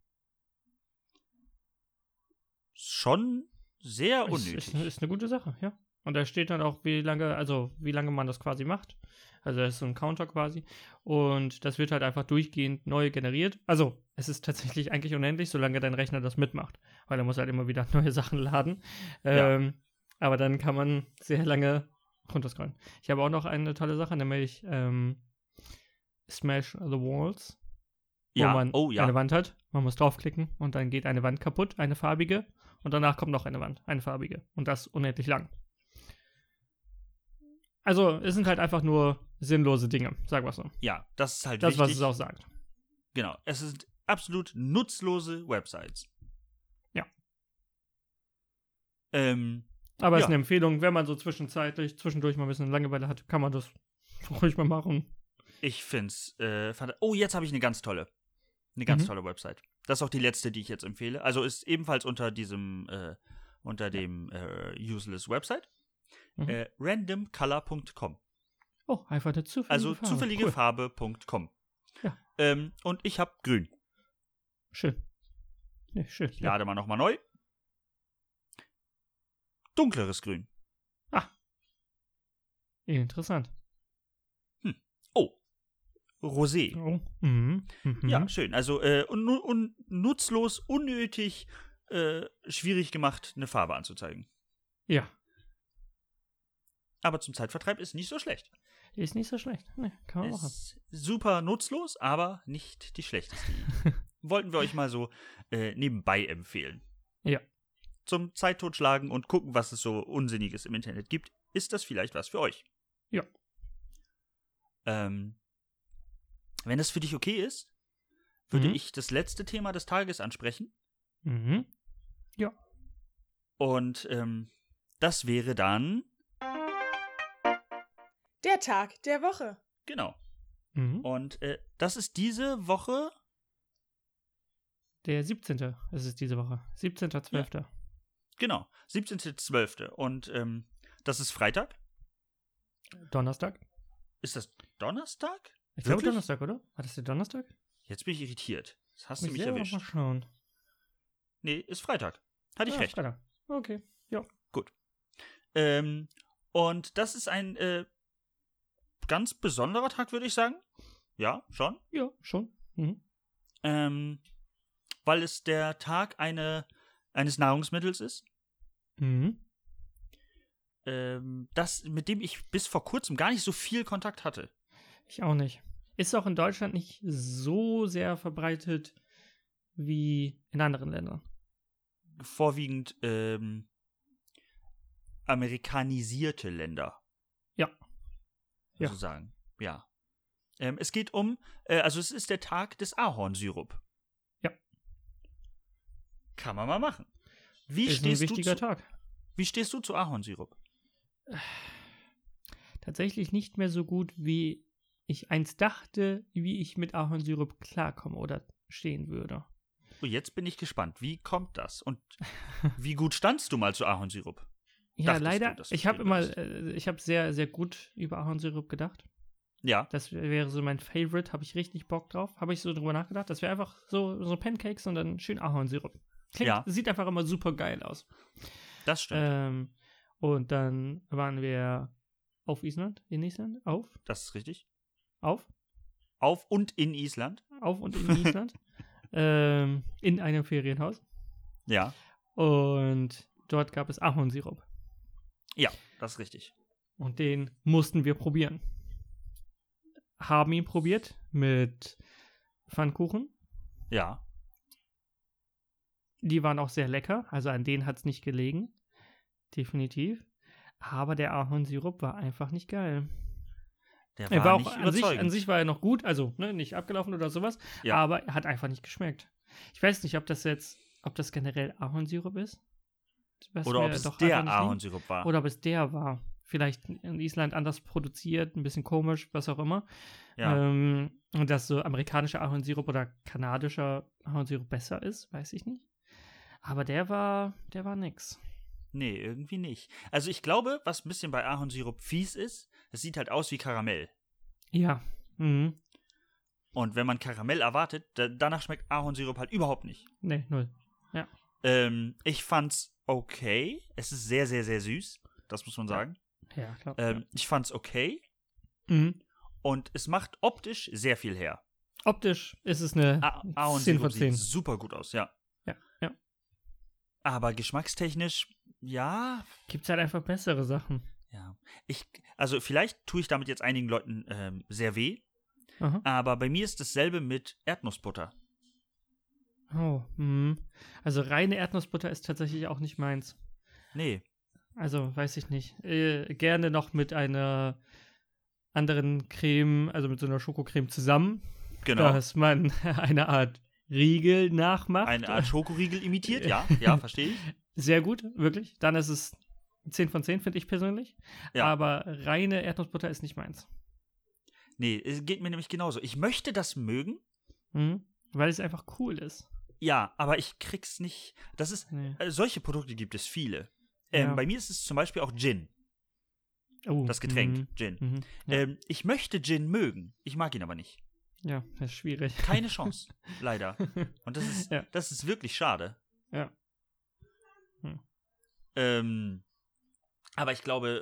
A: Schon sehr
B: Ist,
A: unnötig.
B: ist, ist eine gute Sache, ja. Und da steht dann auch, wie lange, also wie lange man das quasi macht. Also das ist so ein Counter quasi. Und das wird halt einfach durchgehend neu generiert. Also es ist tatsächlich eigentlich unendlich, solange dein Rechner das mitmacht. Weil er muss halt immer wieder neue Sachen laden.
A: Ja.
B: Ähm, Aber dann kann man sehr lange runterscrollen. Ich habe auch noch eine tolle Sache, nämlich ähm, Smash the Walls
A: ja,
B: wo man
A: oh ja.
B: eine Wand hat. Man muss draufklicken und dann geht eine Wand kaputt, eine farbige. Und danach kommt noch eine Wand, eine farbige. Und das unendlich lang. Also, es sind halt einfach nur sinnlose Dinge, sagen wir es so.
A: ja, das ist halt
B: Das, was
A: wichtig.
B: es auch sagt.
A: Genau, es sind absolut nutzlose Websites.
B: Ja.
A: Ähm,
B: Aber es
A: Ja.
B: ist eine Empfehlung, wenn man so zwischenzeitlich, zwischendurch mal ein bisschen Langeweile hat, kann man das ruhig mal machen.
A: Ich find's. Äh, fand, oh, jetzt habe ich eine ganz tolle. Eine ganz
B: Mhm.
A: tolle Website. Das ist auch die letzte, die ich jetzt empfehle. Also ist ebenfalls unter diesem, äh, unter dem äh, Useless Website.
B: Mhm.
A: Äh, randomcolor.com.
B: Oh, einfach eine zufällige
A: Also
B: Farbe.
A: zufällige
B: cool.
A: Farbe.com.
B: Ja.
A: Ähm, und ich habe grün.
B: Schön. Nee, schön.
A: Ich lade mal nochmal neu. Dunkleres Grün.
B: Interessant.
A: Oh. Rosé.
B: Oh. Mhm. Mhm.
A: Ja, schön. Also äh, un un nutzlos, unnötig, äh, schwierig gemacht, eine Farbe anzuzeigen.
B: Ja.
A: Aber zum Zeitvertreib ist nicht so schlecht.
B: Ist nicht so schlecht. Nee, kann man machen.
A: Ist super nutzlos, aber nicht die schlechteste. Idee. Wollten wir euch mal so äh, nebenbei empfehlen.
B: Ja.
A: Zum Zeit totschlagen und gucken, was es so Unsinniges im Internet gibt, ist das vielleicht was für euch.
B: Ja.
A: Ähm, wenn das für dich okay ist, würde
B: Mhm.
A: ich das letzte Thema des Tages ansprechen.
B: Mhm.
A: Und ähm, das wäre dann,
C: Der Tag der Woche.
A: genau.
B: Mhm.
A: Und äh, das ist diese Woche,
B: Der 17. ist es diese Woche. 17.12.
A: genau, 17.12. Und ähm, das ist Freitag.
B: Donnerstag.
A: Ist das Donnerstag?
B: Ich glaube
A: Wirklich?
B: Donnerstag, oder? War das der Donnerstag?
A: Jetzt bin ich irritiert. Jetzt hast du mich
B: selber
A: erwischt.
B: Mal schauen.
A: Nee, ist Freitag. Hatte ich
B: Ah,
A: recht.
B: Freitag. Okay.
A: Ähm, und das ist ein äh, ganz besonderer Tag, würde ich sagen. Ja, schon.
B: Ja, schon. Mhm.
A: Ähm, weil es der Tag eine, eines Nahrungsmittels ist.
B: Mhm.
A: ähm, das, mit dem ich bis vor kurzem gar nicht so viel Kontakt hatte.
B: Ich auch nicht. Ist auch in Deutschland nicht so sehr verbreitet wie in anderen Ländern.
A: Vorwiegend ähm, amerikanisierte Länder.
B: Ja. Ja.
A: Sozusagen. Ja. Ähm, es geht um, äh, also es ist der Tag des Ahornsirup.
B: Ja.
A: Kann man mal machen. Wie,
B: ist ein
A: stehst, du
B: wichtiger
A: zu,
B: Tag.
A: wie stehst du zu Ahornsirup?
B: Tatsächlich nicht mehr so gut, wie ich einst dachte, wie ich mit Ahornsirup klarkomme oder stehen würde.
A: Oh, jetzt bin ich gespannt. Wie kommt das? Und wie gut standst du mal zu Ahornsirup?
B: Ja,
A: Dachtest du,
B: leider.
A: dass du
B: ich habe
A: stehen
B: immer,
A: würdest?
B: äh, ich habe sehr, sehr gut über Ahornsirup gedacht.
A: Ja.
B: Das wäre so mein Favorite, habe ich richtig Bock drauf. Habe ich so drüber nachgedacht. Das wäre einfach so, so Pancakes und dann schön Ahornsirup. Klingt,
A: Ja.
B: sieht einfach immer super geil aus.
A: Das stimmt.
B: Ähm, und dann waren wir auf Island, in Island, auf,
A: Das ist richtig.
B: auf,
A: Auf und in Island.
B: auf und in Island, ähm, in einem Ferienhaus.
A: Ja.
B: Und dort gab es Ahornsirup.
A: Ja, das ist richtig.
B: Und den mussten wir probieren. Haben ihn probiert mit Pfannkuchen.
A: Ja.
B: Die waren auch sehr lecker, also an denen hat es nicht gelegen. Definitiv. Aber der Ahornsirup war einfach nicht geil.
A: Der
B: Er war auch
A: nicht
B: an sich,
A: überzeugend.
B: an sich war er noch gut, also ne, nicht abgelaufen oder sowas,
A: Ja.
B: aber er hat einfach nicht geschmeckt. Ich weiß nicht, ob das jetzt, ob das generell Ahornsirup ist. was
A: Oder ob
B: wir
A: es
B: doch einfach
A: der
B: nicht lieben.
A: Ahornsirup war.
B: Oder ob es der war. Vielleicht in Island anders produziert, ein bisschen komisch, was auch immer.
A: ja.
B: Ähm, und dass so amerikanischer Ahornsirup oder kanadischer Ahornsirup besser ist, weiß ich nicht. Aber der war, der war nix.
A: Nee, irgendwie nicht. Also ich glaube, was ein bisschen bei Ahornsirup fies ist, es sieht halt aus wie Karamell.
B: Ja. Mhm.
A: Und wenn man Karamell erwartet, da, danach schmeckt Ahornsirup halt überhaupt nicht.
B: Nee, null.
A: Ähm, ich fand's okay. Es ist sehr, sehr, sehr süß. Das muss man sagen.
B: Ja, klar.
A: Ähm, ich fand's okay.
B: ja. mhm.
A: Und es macht optisch sehr viel her.
B: Optisch ist es eine
A: Ah,
B: 10 von
A: Ahornsirup
B: 10.
A: sieht super gut aus, ja.
B: Ja, ja.
A: Aber geschmackstechnisch, ja,
B: Gibt es halt einfach bessere Sachen.
A: ja. Ich, also vielleicht tue ich damit jetzt einigen Leuten ähm, sehr weh,
B: Aha.
A: aber bei mir ist dasselbe mit Erdnussbutter.
B: Oh, mhm. Also reine Erdnussbutter ist tatsächlich auch nicht meins.
A: Nee,
B: Also, weiß ich nicht. Äh, gerne noch mit einer anderen Creme, also mit so einer Schokocreme zusammen,
A: genau.
B: dass man eine Art Riegel nachmacht.
A: Eine Art Schokoriegel imitiert, ja, ja, verstehe ich.
B: Sehr gut, wirklich. Dann ist es 10 von 10, finde ich persönlich.
A: Ja.
B: Aber reine Erdnussbutter ist nicht meins.
A: Nee, es geht mir nämlich genauso. Ich möchte das mögen,
B: Mhm. Weil es einfach cool ist.
A: ja, aber ich krieg's nicht. Das ist,
B: Nee.
A: äh, solche Produkte gibt es viele. Ähm,
B: Ja.
A: Bei mir ist es zum Beispiel auch Gin,
B: Oh,
A: das Getränk,
B: mhm.
A: Gin.
B: Mhm. Ja.
A: Ähm, ich möchte Gin mögen, ich mag ihn aber nicht.
B: ja, das ist schwierig.
A: Keine Chance, leider. Und das ist,
B: Ja.
A: das ist wirklich schade.
B: Ja. Hm.
A: Ähm, aber ich glaube,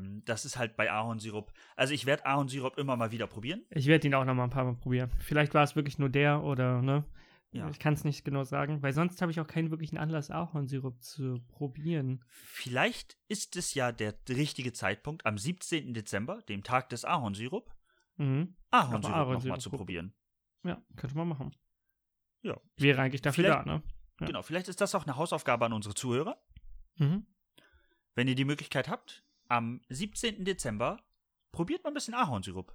A: ähm, das ist halt bei Ahornsirup. Also ich werde Ahornsirup immer mal wieder probieren.
B: Ich werde ihn auch noch mal ein paar Mal probieren. Vielleicht war es wirklich nur der oder, ne?
A: Ja.
B: Ich kann es nicht genau sagen, weil sonst habe ich auch keinen wirklichen Anlass, Ahornsirup zu probieren.
A: Vielleicht ist es ja der richtige Zeitpunkt, am 17. Dezember, dem Tag des Ahornsirup,
B: Mhm.
A: Ahornsirup,
B: Ahornsirup
A: nochmal zu
B: probieren.
A: probieren.
B: Ja, könnte man machen.
A: Ja.
B: Wäre eigentlich dafür
A: Vielleicht-
B: da, ne? Ja.
A: Genau, vielleicht ist das auch eine Hausaufgabe an unsere Zuhörer.
B: Mhm.
A: Wenn ihr die Möglichkeit habt, am 17. Dezember probiert mal ein bisschen Ahornsirup.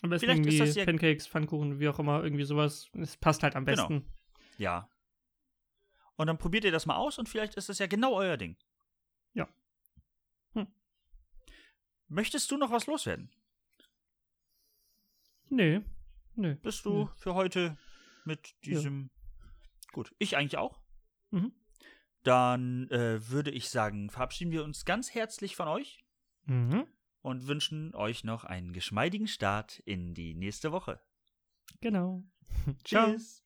B: Am besten
A: Vielleicht ist
B: irgendwie
A: das ja-
B: Pancakes, Pfannkuchen, wie auch immer, irgendwie sowas. Es passt halt am
A: Genau.
B: besten.
A: Ja. Und dann probiert ihr das mal aus und vielleicht ist das ja genau euer Ding.
B: Ja. Hm.
A: Möchtest du noch was loswerden?
B: Nö. Nö.
A: Bist du
B: Nö.
A: für heute mit
B: Ja.
A: diesem. Gut, ich eigentlich auch.
B: Mhm.
A: Dann äh, würde ich sagen, verabschieden wir uns ganz herzlich von euch
B: Mhm.
A: und wünschen euch noch einen geschmeidigen Start in die nächste Woche.
B: Genau. Ciao.
A: Tschüss.